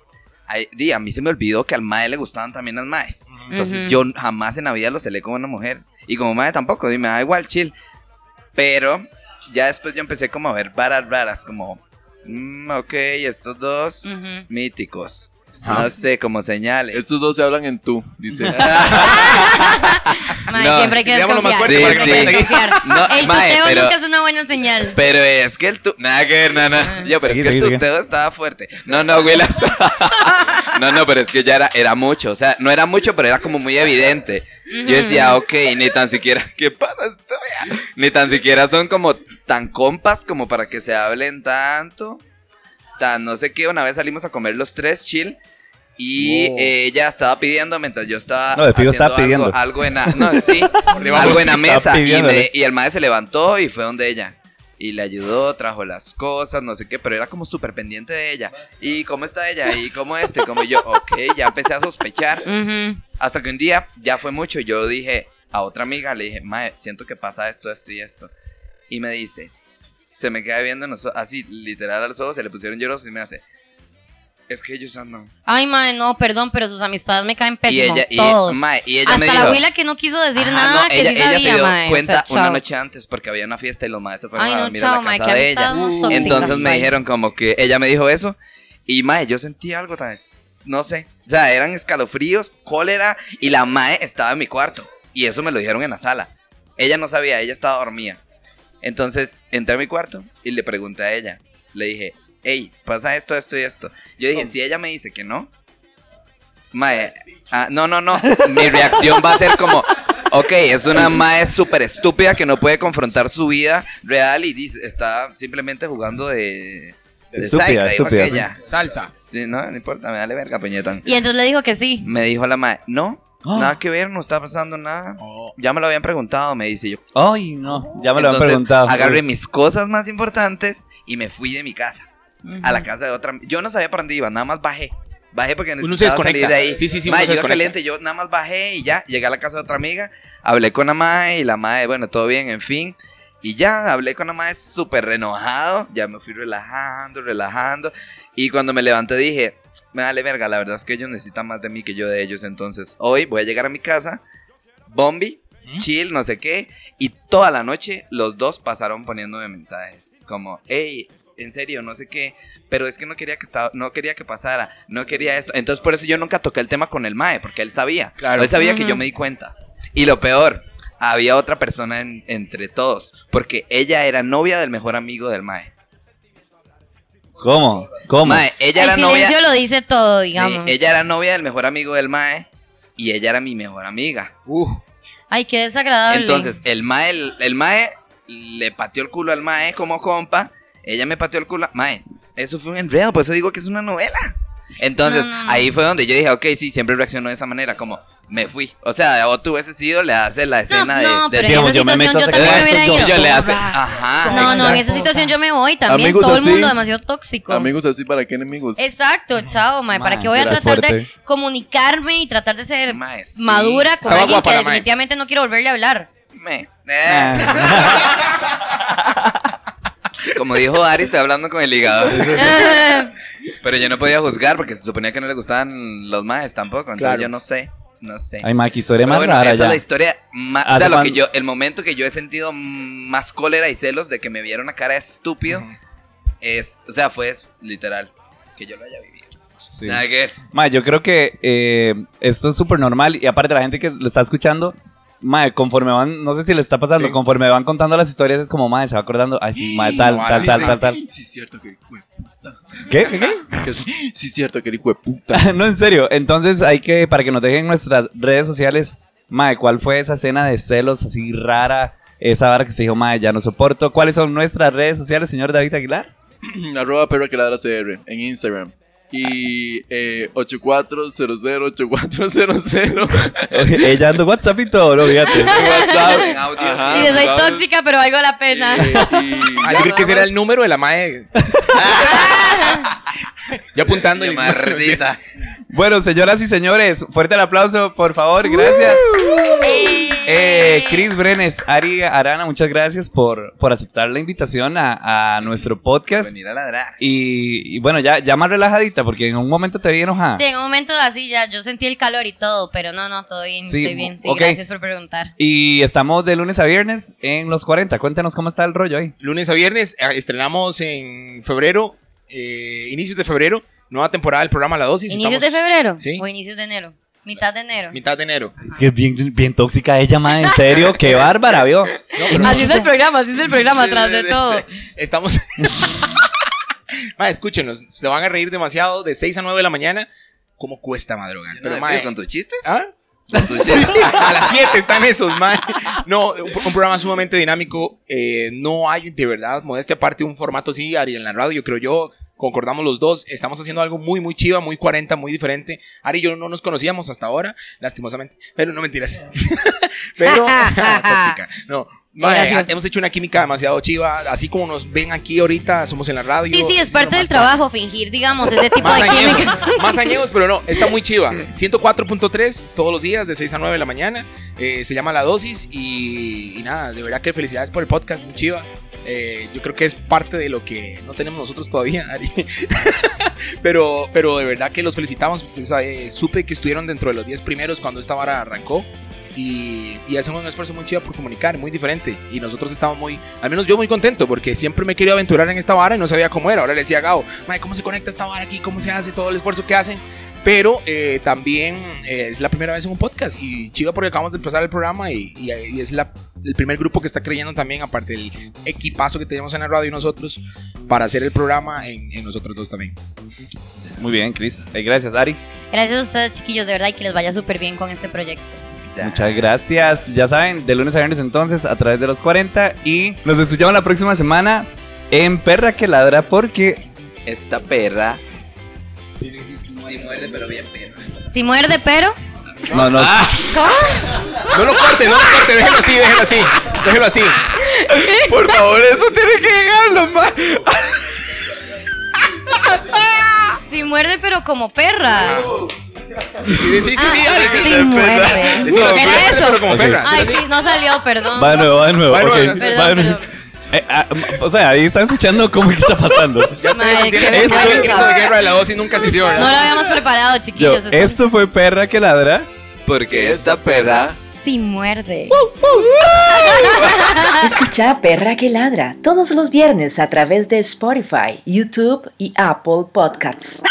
C: Ay, di, a mí se me olvidó que al mae le gustaban también las maes. Entonces
D: Ujú.
C: yo jamás en la vida lo celé como una mujer. Y como mae tampoco, y me da igual, chill. Pero ya después yo empecé como a ver varas raras, como, mm, ok, estos dos
D: Ujú.
C: míticos. No sé, como señales.
F: Estos dos se hablan en tú, dice.
D: Ah, Mae,
C: No,
D: siempre hay que
E: digámoslo más
D: desconfiar.
E: fuerte
D: siempre
C: para
D: hay que
C: que no se
D: desconfiar.
C: No,
D: El
C: mae,
D: tuteo
C: pero-
D: nunca es una buena señal.
C: Pero es que el tu... Nada que ver, nana. Yo, pero es
B: Sigue,
C: que el
B: sigue, sigue.
C: tuteo estaba fuerte. No, no, güey. las- no, no, pero es que ya era, era mucho. O sea, no era mucho, pero era como muy evidente. Yo decía, ok, ni tan siquiera... ¿Qué pasa? Estoy- Ni tan siquiera son como tan compas como para que se hablen tanto. Tan no sé qué. Una vez salimos a comer los tres, chill. Y
E: Wow.
C: ella estaba pidiendo mientras yo estaba
B: No, de fijo estaba
C: haciendo
B: pidiendo.
C: algo, algo en la, no, sí,
E: debajo,
C: algo en la
B: sí,
C: mesa
B: estaba
C: y,
B: pidiéndole.
C: me- y el maestro se levantó y fue donde ella y le ayudó, trajo las cosas, no sé qué, pero era como súper pendiente de ella. ¿Y cómo está ella? ¿Y cómo este? Como yo, ok, ya empecé a sospechar.
D: Ujú.
C: Hasta que un día ya fue mucho. Yo dije a otra amiga, le dije, Mae, siento que pasa esto, esto y esto. Y me dice, se me queda viendo en los o- así, literal a los ojos, se le pusieron lloros y me hace, es que ellos andan.
D: Ay, mae, no, perdón, pero sus amistades me caen
C: Y
D: pésimo.
C: ella, y,
D: todos.
C: mae, y ella
D: Hasta
C: me
D: la
C: dijo-
D: abuela que no quiso decir
C: Ajá,
D: nada,
C: no,
D: que
C: ella,
D: sí
C: ella
D: sabía,
C: se dio
D: mae. O
C: cuenta
D: sea,
C: una
D: chao.
C: noche antes porque había una fiesta y los maestros fueron
D: Ay,
C: a
D: no,
C: dormir
D: chao,
C: a la
D: mae, que
C: casa de ella.
D: amistades más
E: Uh,
D: tóxicas,
C: Entonces me
D: bye.
C: dijeron como que ella me dijo eso y mae, yo sentí algo tan es- no sé, o sea, eran escalofríos, cólera y la mae estaba en mi cuarto y eso me lo dijeron en la sala. Ella no sabía, ella estaba dormida. Entonces entré a mi cuarto y le pregunté a ella, le dije, hey, pasa esto, esto y esto. Yo dije, si ella me dice que no, Mae, ah, no, no, no. Mi reacción va a ser como, ok, es una mae súper estúpida que no puede confrontar su vida real y dice, está simplemente jugando de... de
B: Estúpida,
C: psycha, dijo
B: estúpida,
C: aquella.
E: Salsa.
C: Sí, no, no importa, me dale verga, puñetón.
D: Y entonces le dijo que sí.
C: Me dijo la mae, no, nada que ver, no está pasando nada.
B: Oh.
C: Ya me lo habían preguntado, me dice yo.
B: Ay, no, ya me lo han
C: Entonces,
B: preguntado.
C: Agarré mis cosas más importantes y me fui de mi casa. A la casa de otra. Yo no sabía para dónde iba, nada más bajé. Bajé porque
E: Uno se
C: necesitaba
E: desconecta.
C: salir de ahí.
E: Sí, sí, sí, uno
C: Mae,
E: se
C: yo iba
E: desconecta.
C: caliente, yo nada más bajé y ya. Llegué a la casa de otra amiga, hablé con la mae y la mae, bueno, todo bien, en fin. Y ya hablé con la mae súper enojado. Ya me fui relajando, relajando. Y cuando me levanté dije, me vale verga, la verdad es que ellos necesitan más de mí que yo de ellos. Entonces, hoy voy a llegar a mi casa, bombi, chill, no sé qué. Y toda la noche los dos pasaron poniéndome mensajes. Como, hey, en serio, no sé qué. Pero es que no quería que estaba, no quería que pasara, no quería eso. Entonces por eso yo nunca toqué el tema con el Mae, porque él sabía.
E: Claro.
C: Él sabía que
D: Ujú.
C: yo me di cuenta. Y lo peor, había otra persona en- entre todos, porque ella era novia del mejor amigo del Mae.
B: ¿Cómo? ¿Cómo?
C: Mae, ella
D: El
C: era novia.
D: silencio lo dice todo,
C: Sí,
D: digamos.
C: ella era novia del mejor amigo del Mae y ella era mi mejor amiga.
E: Uh,
D: Ay, qué desagradable.
C: Entonces, el mae, el, mae le pateó el culo al mae como compa. Ella me pateó el culo. a- Mae, eso fue un enredo, por eso digo que es una novela. Entonces,
D: No, no, no.
C: ahí fue donde yo dije, ok, sí, siempre reaccionó de esa manera, como me fui. O sea, vos tú hubieses sido, le haces la
D: no,
C: escena de.
D: no,
C: de-
D: pero en
B: Digamos,
D: esa
B: yo me
D: situación
B: meto a
D: yo
B: sacar
D: también me hubiera
B: esto,
D: ido.
B: yo-
C: yo le hace. Ajá.
D: No, no, en esa
G: Exacto.
D: situación yo me voy también.
F: Amigos
D: todo
F: así.
D: el mundo demasiado tóxico.
F: Amigos así, ¿para qué enemigos?
D: Exacto, chao, mae. ¿Para
B: Mae,
D: qué voy a
B: era
D: tratar de
B: fuerte.
D: comunicarme y tratar de ser
C: Mae, sí.
D: madura con
E: Estaba
D: alguien
E: guapa
D: que
E: la mae.
D: definitivamente no quiero volverle a hablar?
C: Me-
B: Ah.
C: eh. Como dijo Ari, estoy hablando con el hígado. Pero yo no podía juzgar porque se suponía que no le gustaban los maes tampoco. Entonces
E: Claro.
C: yo no sé, no sé.
B: Ay, Maki, historia
C: Pero
B: más
C: bueno,
B: rara
C: esa
B: ya.
C: es la historia más, o
B: Hace
C: sea, lo que
B: cuando-
C: yo, el momento que yo he sentido más cólera y celos de que me vieron a cara de estúpido es, o sea, fue eso, literal, que yo lo haya vivido.
B: Sí.
C: Nada que ver.
B: Mae, yo creo que eh, esto es súper normal y aparte la gente que lo está escuchando, mae, conforme van, no sé si le está pasando,
F: Sí.
B: conforme van contando las historias es como, mae, se va acordando, ay, sí, mae, tal, tal, tal, tal, tal.
F: Sí, es cierto que hijo de puta.
B: ¿Qué? ¿Qué? qué?
F: Que sí, sí, es cierto que el hijo de puta.
B: no, en serio. Entonces hay que, para que nos dejen nuestras redes sociales, mae, ¿cuál fue esa escena de celos así rara? Esa vara que se dijo, mae, ya no soporto. ¿Cuáles son nuestras redes sociales, señor David Aguilar?
F: Arroba perra que ladra CR en Instagram. Y eh, 8400-8400.
B: Ella ando WhatsApp y todo, no, fíjate.
F: WhatsApp.
C: En audio.
F: Ajá,
D: y de soy
F: ¿sabes?
D: tóxica, pero valgo la
F: Eh,
D: pena.
F: y
E: ah,
F: ya
E: yo creo que
F: nada
E: ese era
F: más.
E: el número de la mae. ya apuntando. y-
C: Llamardita.
B: Bueno, señoras y señores, fuerte el aplauso, por favor, gracias. Eh, Cris Brenes, Ari Arana, muchas gracias por, por aceptar la invitación a, a nuestro podcast.
C: Venir a ladrar.
B: Y, y bueno, ya, ya más relajadita, porque en un momento te vi enojada.
D: Sí, en un momento así ya yo sentí el calor y todo, pero no, no, todo bien,
B: Sí,
D: estoy bien. Sí,
B: ok.
D: gracias por preguntar.
B: Y estamos de lunes a viernes en los 40. Cuéntanos cómo está el rollo ahí.
E: Lunes a viernes, eh, estrenamos en febrero, eh, inicios de febrero, nueva temporada del programa La Dosis.
D: ¿Inicios de
E: estamos-
D: febrero?
E: Sí.
D: ¿O inicios de enero? ¿Mitad de enero?
E: Mitad de enero.
B: Es que es bien, bien tóxica ella, más en serio. Qué bárbara, vio.
D: Así es el programa, así es el programa, atrás de todo.
E: este, Estamos. Ma, escúchenos, se van a reír demasiado de 6 a 9 de la mañana. ¿Cómo cuesta madrugar?
C: Pero,
E: mae,
C: ¿Con tus chistes?
E: ¿ah?
C: Con tus chistes.
E: A las 7 están esos, mae. No, un, un programa sumamente dinámico. eh, no hay, de verdad, modestia aparte, un formato así, Ari, en la radio, creo yo. Concordamos los dos. Estamos haciendo algo muy, muy chiva, muy 40, muy diferente. Ari y yo no nos conocíamos hasta ahora, lastimosamente. Pero no mentiras. pero, tóxica. No. mae,
D: Gracias.
E: hemos hecho una química demasiado chiva. Así como nos ven aquí ahorita, somos en la radio.
D: Sí, sí, es
E: pero
D: parte del
E: más
D: trabajo fingir, digamos, ese tipo
E: más
D: de
E: añejos,
D: química.
E: más añejos, pero no, está muy chiva. 104.3 todos los días de 6 a 9 de la mañana. eh, se llama La Dosis y, y nada, de verdad que felicidades por el podcast, muy chiva. Eh, yo creo que es parte de lo que no tenemos nosotros todavía, Ari. pero, pero de verdad que los felicitamos. Entonces, eh, supe que estuvieron dentro de los 10 primeros cuando esta vara arrancó. Y, y hacen un esfuerzo muy chido por comunicar, muy diferente. Y nosotros estamos muy, al menos yo muy contento, porque siempre me he querido aventurar en esta vara y no sabía cómo era. Ahora le decía a Gao, "Mae, ¿cómo se conecta esta vara aquí? ¿Cómo se hace? Todo el esfuerzo que hacen. Pero eh, también eh, es la primera vez en un podcast y chido porque acabamos de empezar el programa y, y- y es la el primer grupo que está creyendo también, aparte del equipazo que tenemos en la radio y nosotros, para hacer el programa en, en nosotros dos también.
B: Muy bien, Cris. Eh, gracias, Ari.
D: Gracias a ustedes, chiquillos, de verdad, y que les vaya súper bien con este proyecto.
B: Muchas gracias. Ya saben, de lunes a viernes entonces a través de los 40 y nos escuchamos la próxima semana en Perra que ladra porque
C: Esta perra. Sí muerde, pero bien perra.
D: Si muerde, pero.
B: no nos
E: No lo corte, no lo corte, déjelo así, déjelo así, déjelo así.
C: Por favor, eso tiene que llegar lo más.
D: Si muerde, pero como perra.
E: Sí, sí, Ah, sí, sí, sí,
D: Ah,
E: Ari, sí.
D: sí muerde.
E: Decilo así,
D: Era
E: déjelo,
D: eso.
E: Pero como
B: Ok.
E: perra.
D: Ay, sí, no salió, perdón.
B: va de nuevo, va de nuevo.
E: Va de
B: ok,
E: nuevo,
D: perdón,
B: va de nuevo.
D: perdón.
B: Eh, ah, m- o sea, ahí están escuchando cómo que está pasando.
E: Ya ustedes
D: Madre,
E: entienden
D: qué
E: por qué el
D: vergüenza.
E: grito de guerra de la dosis nunca sirvió,
D: No lo
E: ¿verdad?
D: habíamos preparado,
B: Yo,
D: chiquillos. están-
B: esto fue Perra que ladra.
C: Porque esta perra.
D: Si muerde.
A: Escucha Perra que ladra todos los viernes a través de Spotify, YouTube y Apple Podcasts.